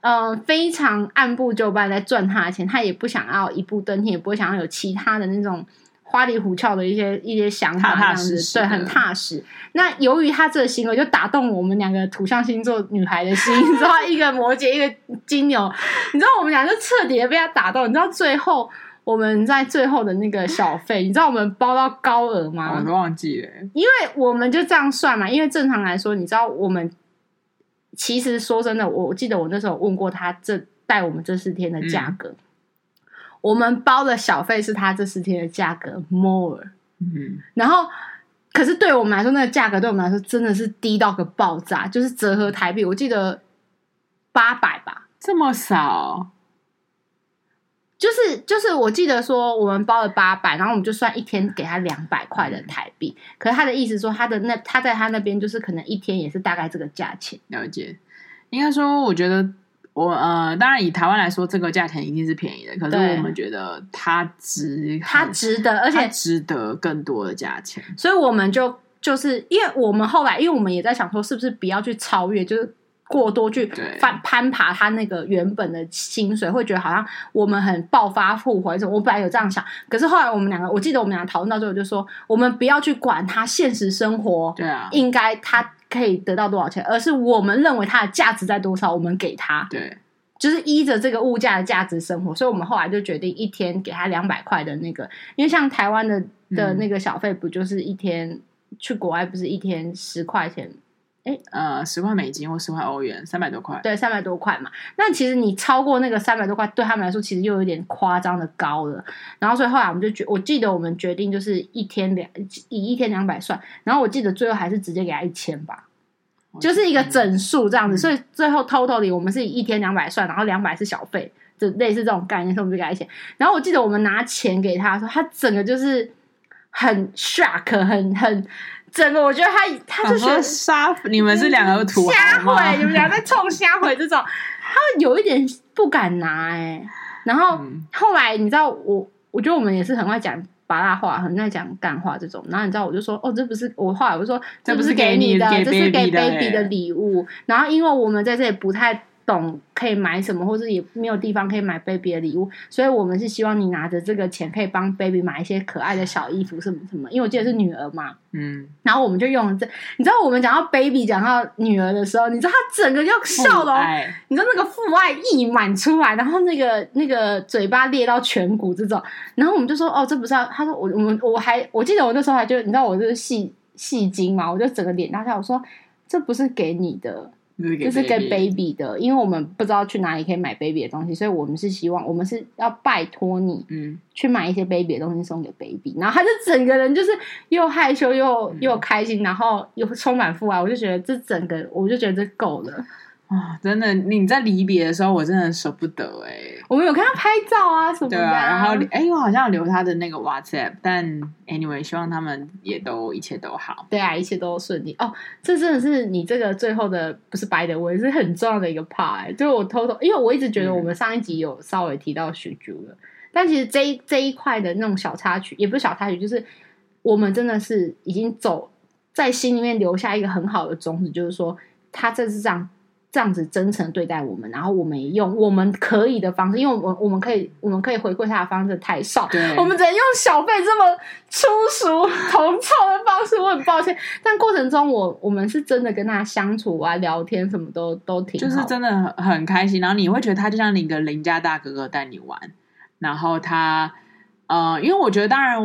Speaker 2: 呃，非常按部就班在赚他的钱，他也不想要一步登天，也不会想要有其他的那种花里胡哨的一些一些想
Speaker 1: 踏
Speaker 2: 法，这
Speaker 1: 踏
Speaker 2: 样子
Speaker 1: 实实的
Speaker 2: 对，很踏实。那由于他这个行为，就打动我们两个土象星座女孩的心，你知道，一个摩羯，一个金牛，你知道我们俩就彻底的被他打动，你知道最后。我们在最后的那个小费，你知道我们包到高额吗？
Speaker 1: 我都忘记了。嗯
Speaker 2: 因为我们就这样算嘛，因为正常来说，你知道我们其实说真的，我我记得我那时候问过他这带我们这四天的价格，我们包的小费是他这四天的价格 more，
Speaker 1: 嗯，
Speaker 2: 然后可是对我们来说，那个价格对我们来说真的是低到个爆炸，就是折合台币，我记得八百吧。
Speaker 1: 这么少，
Speaker 2: 就是就是，我记得说我们包了八百，然后我们就算一天给他两百块的台币。可是他的意思说，他的那他在他那边就是可能一天也是大概这个价钱。
Speaker 1: 了解。应该说，我觉得我呃，当然以台湾来说，这个价钱一定是便宜的，可是
Speaker 2: 对
Speaker 1: 我们觉得它值很，
Speaker 2: 他值得，而
Speaker 1: 它
Speaker 2: 且
Speaker 1: 值得更多的价钱。
Speaker 2: 所以我们就就是因为我们后来，因为我们也在想说，是不是不要去超越，就是过多去
Speaker 1: 对
Speaker 2: 攀攀爬他那个原本的薪水，会觉得好像我们很暴发户或者什么。我本来有这样想，可是后来我们两个，我记得我们俩讨论到最后就说，我们不要去管他现实生活
Speaker 1: 对啊，
Speaker 2: 应该他可以得到多少钱，而是我们认为他的价值在多少，我们给他。
Speaker 1: 对，
Speaker 2: 就是依着这个物价的价值生活，所以我们后来就决定一天给他两百块的那个，因为像台湾的的
Speaker 1: 嗯
Speaker 2: 那个小费不就是一天、去国外不是一天十块钱，
Speaker 1: 呃，十块美金或十块欧元，三百多块。
Speaker 2: 对，三百多块嘛。那其实你超过那个三百多块，对他们来说其实又有点夸张的高了。然后所以后来我们就决，我记得我们决定就是一天两以一天两百算，然后我记得最后还是直接给他一千吧。就是一个整数这样子，
Speaker 1: 嗯
Speaker 2: 所以最后 total 里我们是以一天两百算，然后两百是小费，就类似这种概念，所以我们就给他钱。然后我记得我们拿钱给他的时候，他整个就是很 shock，很很整个，我觉得他他就
Speaker 1: 想
Speaker 2: 觉
Speaker 1: 说
Speaker 2: 得
Speaker 1: 杀，你啊们是两个土
Speaker 2: 瞎
Speaker 1: 豪吗
Speaker 2: 毁，？你们俩在冲瞎毁这种，他有一点不敢拿哎、然后、
Speaker 1: 嗯
Speaker 2: 后来你知道我，我觉得我们也是很会讲拔辣话，很爱讲干话这种。然后你知道我就说，哦，这不是我后来我就说，
Speaker 1: 这
Speaker 2: 不
Speaker 1: 不
Speaker 2: 是
Speaker 1: 是给
Speaker 2: 给
Speaker 1: 你
Speaker 2: 的，
Speaker 1: 给
Speaker 2: 这是
Speaker 1: baby
Speaker 2: 给
Speaker 1: 的
Speaker 2: baby 的
Speaker 1: 欸
Speaker 2: 礼物。然后因为我们在这里不太。懂可以买什么，或者也没有地方可以买 baby 的礼物，所以我们是希望你拿着这个钱可以帮 baby 买一些可爱的小衣服什么什么，因为我记得是女儿嘛，
Speaker 1: 嗯，
Speaker 2: 然后我们就用了这，你知道我们讲到 baby 讲到女儿的时候，你知道她整个就 笑
Speaker 1: 父
Speaker 2: 容，
Speaker 1: 爱
Speaker 2: 你知道那个父爱溢满出来，然后那个那个嘴巴裂到颧骨这种，然后我们就说哦，这不是要他说我我们我还我记得我那时候还就你知道我就是戏戏精嘛，我就整个脸拉下，我说这不是给你的，
Speaker 1: 就
Speaker 2: 就是
Speaker 1: 是
Speaker 2: 给
Speaker 1: 给
Speaker 2: baby 的，因为我们不知道去哪里可以买 baby 的东西，所以我们是希望我们是要拜托你，
Speaker 1: 嗯，
Speaker 2: 去买一些 baby 的东西送给 baby，然后他就整个人就是又害羞又又开心，然后又充满父爱，我就觉得这整个我就觉得这够了。
Speaker 1: 啊，真的，你在离别的时候，我真的舍不得哎。
Speaker 2: 我们有跟他拍照啊什么
Speaker 1: 对
Speaker 2: 的、
Speaker 1: 啊，然后哎，我好像有留他的那个 WhatsApp，但 anyway，希望他们也都一切都好。
Speaker 2: 对啊，一切都顺利哦。这真的是你这个最后的不是白的，我也是很重要的一个 part，、欸、就是我偷偷，因为我一直
Speaker 1: 嗯
Speaker 2: 觉得我们上一集有稍微提到许珠了，但其实这一这一块的那种小插曲，也不是小插曲，就是我们真的是已经走在心里面留下一个很好的种子，就是说他这是这样这样子真诚对待我们，然后我们也用我们可以的方式，因为我们我们可以我们可以回馈他的方式太少，
Speaker 1: 对，
Speaker 2: 我们只能用小费这么粗俗、同臭的方式，我很抱歉。但过程中我，我们是真的跟他相处啊、聊天，什么都都挺
Speaker 1: 就是
Speaker 2: 好的
Speaker 1: 真的很很开心，然后你会觉得他就像你的邻家大哥哥带你玩，然后他呃，因为我觉得当然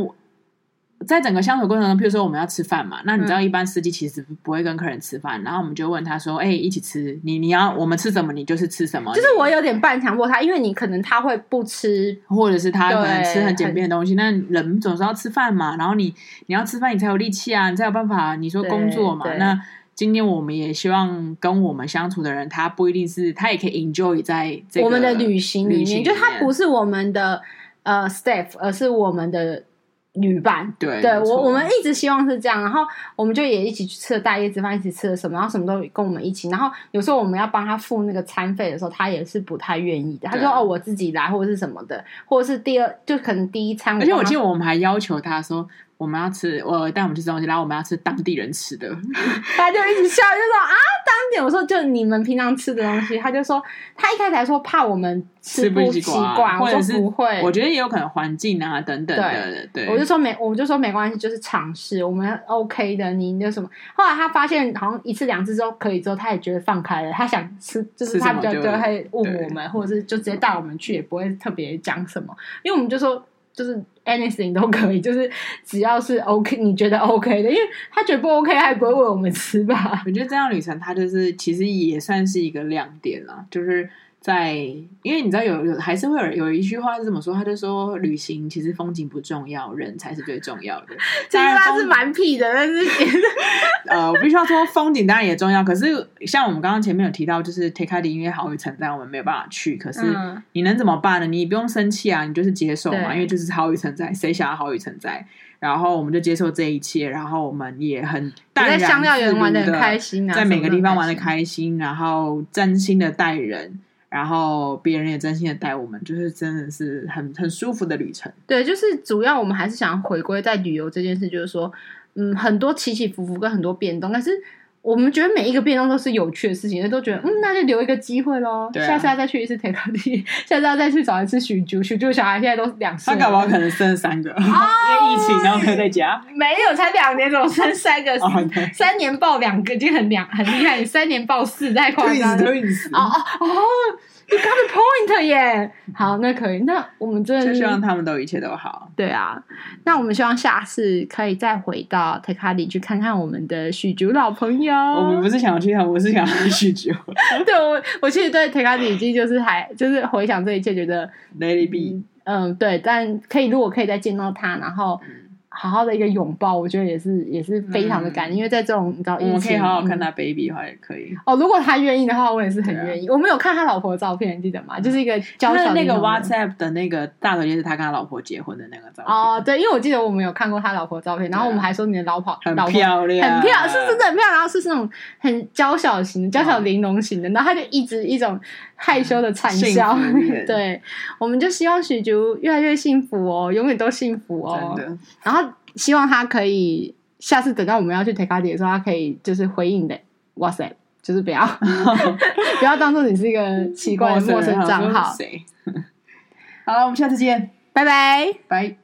Speaker 1: 在整个相处过程中，譬如说我们要吃饭嘛，那你知道一般司机其实不会跟客人吃饭，然后我们就问他说：“哎、一起吃，你你要我们吃什么，你就是吃什么。”
Speaker 2: 就是我有点半强迫他，因为你可能他会不吃，
Speaker 1: 或者是他可能
Speaker 2: 对
Speaker 1: 吃很简便的东西，那人总是要吃饭嘛，然后你你要吃饭，你才有力气啊，你才有办法，你说
Speaker 2: 对
Speaker 1: 工作嘛，
Speaker 2: 对
Speaker 1: 那今天我们也希望跟我们相处的人，他不一定是他也可以 enjoy 在这个
Speaker 2: 我们的旅行里
Speaker 1: 旅
Speaker 2: 面，
Speaker 1: 行里面
Speaker 2: 就他不是我们的呃 staff，而是我们的旅伴。
Speaker 1: 对
Speaker 2: 对
Speaker 1: 没错啊
Speaker 2: 我，我们一直希望是这样，然后我们就也一起去吃了大叶子饭，一起吃了什么，然后什么都跟我们一起。然后有时候我们要帮他付那个餐费的时候，他也是不太愿意的。他
Speaker 1: 对啊
Speaker 2: 说：“哦，我自己来，或者是什么的，或者是第二，就可能第一餐。”
Speaker 1: 而且我记得我们还要求他说，我们要吃，我带我们去吃东西，然后我们要吃当地人吃的。
Speaker 2: 他就一直笑，就说啊，当点我说就你们平常吃的东西，他就说他一开始还说怕我们
Speaker 1: 吃
Speaker 2: 不
Speaker 1: 习
Speaker 2: 习惯，
Speaker 1: 或
Speaker 2: 我
Speaker 1: 者
Speaker 2: 说
Speaker 1: 是
Speaker 2: 不会，
Speaker 1: 我觉得也有可能环境啊等等的，对，
Speaker 2: 我就说没，我就说没关系，就是尝试，我们 OK 的。你那什么？后来他发现好像一次两次之后可以之后，他也觉得放开了，他想吃，就是
Speaker 1: 吃什
Speaker 2: 他
Speaker 1: 么
Speaker 2: 比较
Speaker 1: 就
Speaker 2: 多会问
Speaker 1: 对
Speaker 2: 我们，或者是就直接带我们去，也不会特别讲什么，因为我们就说。就是 anything 都可以，就是只要是 OK，你觉得 OK 的，因为他觉得不 OK，他也不会喂我们吃 吧？
Speaker 1: 我觉得这趟旅程它就是其实也算是一个亮点啦，就是在因为你知道有有还是会有有一句话是怎么说，他就说旅行其实风景不重要，人才是最重要 的。
Speaker 2: 这
Speaker 1: 当
Speaker 2: 句
Speaker 1: 然
Speaker 2: 话
Speaker 1: 风
Speaker 2: 是蛮屁的，但是
Speaker 1: 呃，我必须要说风景当然也重要，可是像我们刚刚前面有提到，就是 t a k a 因为好雨成灾，我们没有办法去，可是
Speaker 2: 嗯
Speaker 1: 你能怎么办呢？你不用生气啊，你就是接受嘛，
Speaker 2: 对
Speaker 1: 因为就是好雨成灾，谁想要好雨成灾？然后我们就接受这一切，然后我们也很淡
Speaker 2: 在
Speaker 1: 然
Speaker 2: 香料园玩
Speaker 1: 的
Speaker 2: 的很开心啊，
Speaker 1: 在每个地方玩的
Speaker 2: 什么都很
Speaker 1: 开心，然后真心的待人，然后别人也真心的待我们，就是真的是很很舒服的旅程。
Speaker 2: 对，就是主要我们还是想回归在旅游这件事，就是说，嗯，很多起起伏伏跟很多变动，但是我们觉得每一个变动都是有趣的事情，都觉得嗯，那就留一个机会喽，
Speaker 1: 对啊
Speaker 2: 下次要再去一次 t a k 下次要再去找一次许珠，许珠小孩现在都两岁
Speaker 1: 他
Speaker 2: 了，
Speaker 1: 搞不好可能生了三
Speaker 2: 哦
Speaker 1: 个，因为疫情，然后没有在家。
Speaker 2: 没有才两年，怎么生三个？
Speaker 1: 哦，对，
Speaker 2: 三年抱两个已经很两很厉害，你三年抱四太夸张了。
Speaker 1: Twins，
Speaker 2: 哦哦哦，You got the point 耶！好，那可以，那我们真的
Speaker 1: 就是希望他们都一切都好。
Speaker 2: 对啊，那我们希望下次可以再回到 t e k a d i 去看看我们的许竹老朋友。
Speaker 1: 我们不是想要去他们，我是想要去酗酒。
Speaker 2: 对我，我其实对 t e k a d i 已经就是还就是回想这一切，觉得
Speaker 1: Let it be，
Speaker 2: 嗯对，但可以如果可以再见到他，然后好好的一个拥抱，我觉得也是也是非常的感人，因为在这种你知道疫
Speaker 1: 嗯我
Speaker 2: 情，
Speaker 1: 们可以好好看
Speaker 2: 嗯
Speaker 1: 他 baby 的话也可以。
Speaker 2: 哦，如果他愿意的话，我也是很
Speaker 1: 对啊
Speaker 2: 愿意。我们有看他老婆的照片，你记得吗？就是一个娇
Speaker 1: 就是
Speaker 2: 小的
Speaker 1: 那个
Speaker 2: 柠檬人
Speaker 1: WhatsApp 的那个大头贴是他跟他老婆结婚的那个照片，
Speaker 2: 哦，对，因为我记得我们有看过他老婆的照片，然后
Speaker 1: 对啊
Speaker 2: 我们还说你的老婆
Speaker 1: 很
Speaker 2: 老婆
Speaker 1: 漂亮，
Speaker 2: 很漂亮，是真的很漂亮，然后是那种很娇小
Speaker 1: 嗯
Speaker 2: 型、娇小玲珑型的，然后他就一直一种害羞的惨笑
Speaker 1: 幸福脸。
Speaker 2: 对，我们就希望许竹越来越幸福哦，永远都幸福哦。
Speaker 1: 真的。
Speaker 2: 然后希望他可以下次等到我们要去 take 的时候，他可以就是回应的，哇塞，就是不要 不要当做你是一个奇怪的陌生
Speaker 1: 人
Speaker 2: 账
Speaker 1: 想说
Speaker 2: 号
Speaker 1: 是。谁？好了，我们下次见，
Speaker 2: 拜拜。
Speaker 1: 拜。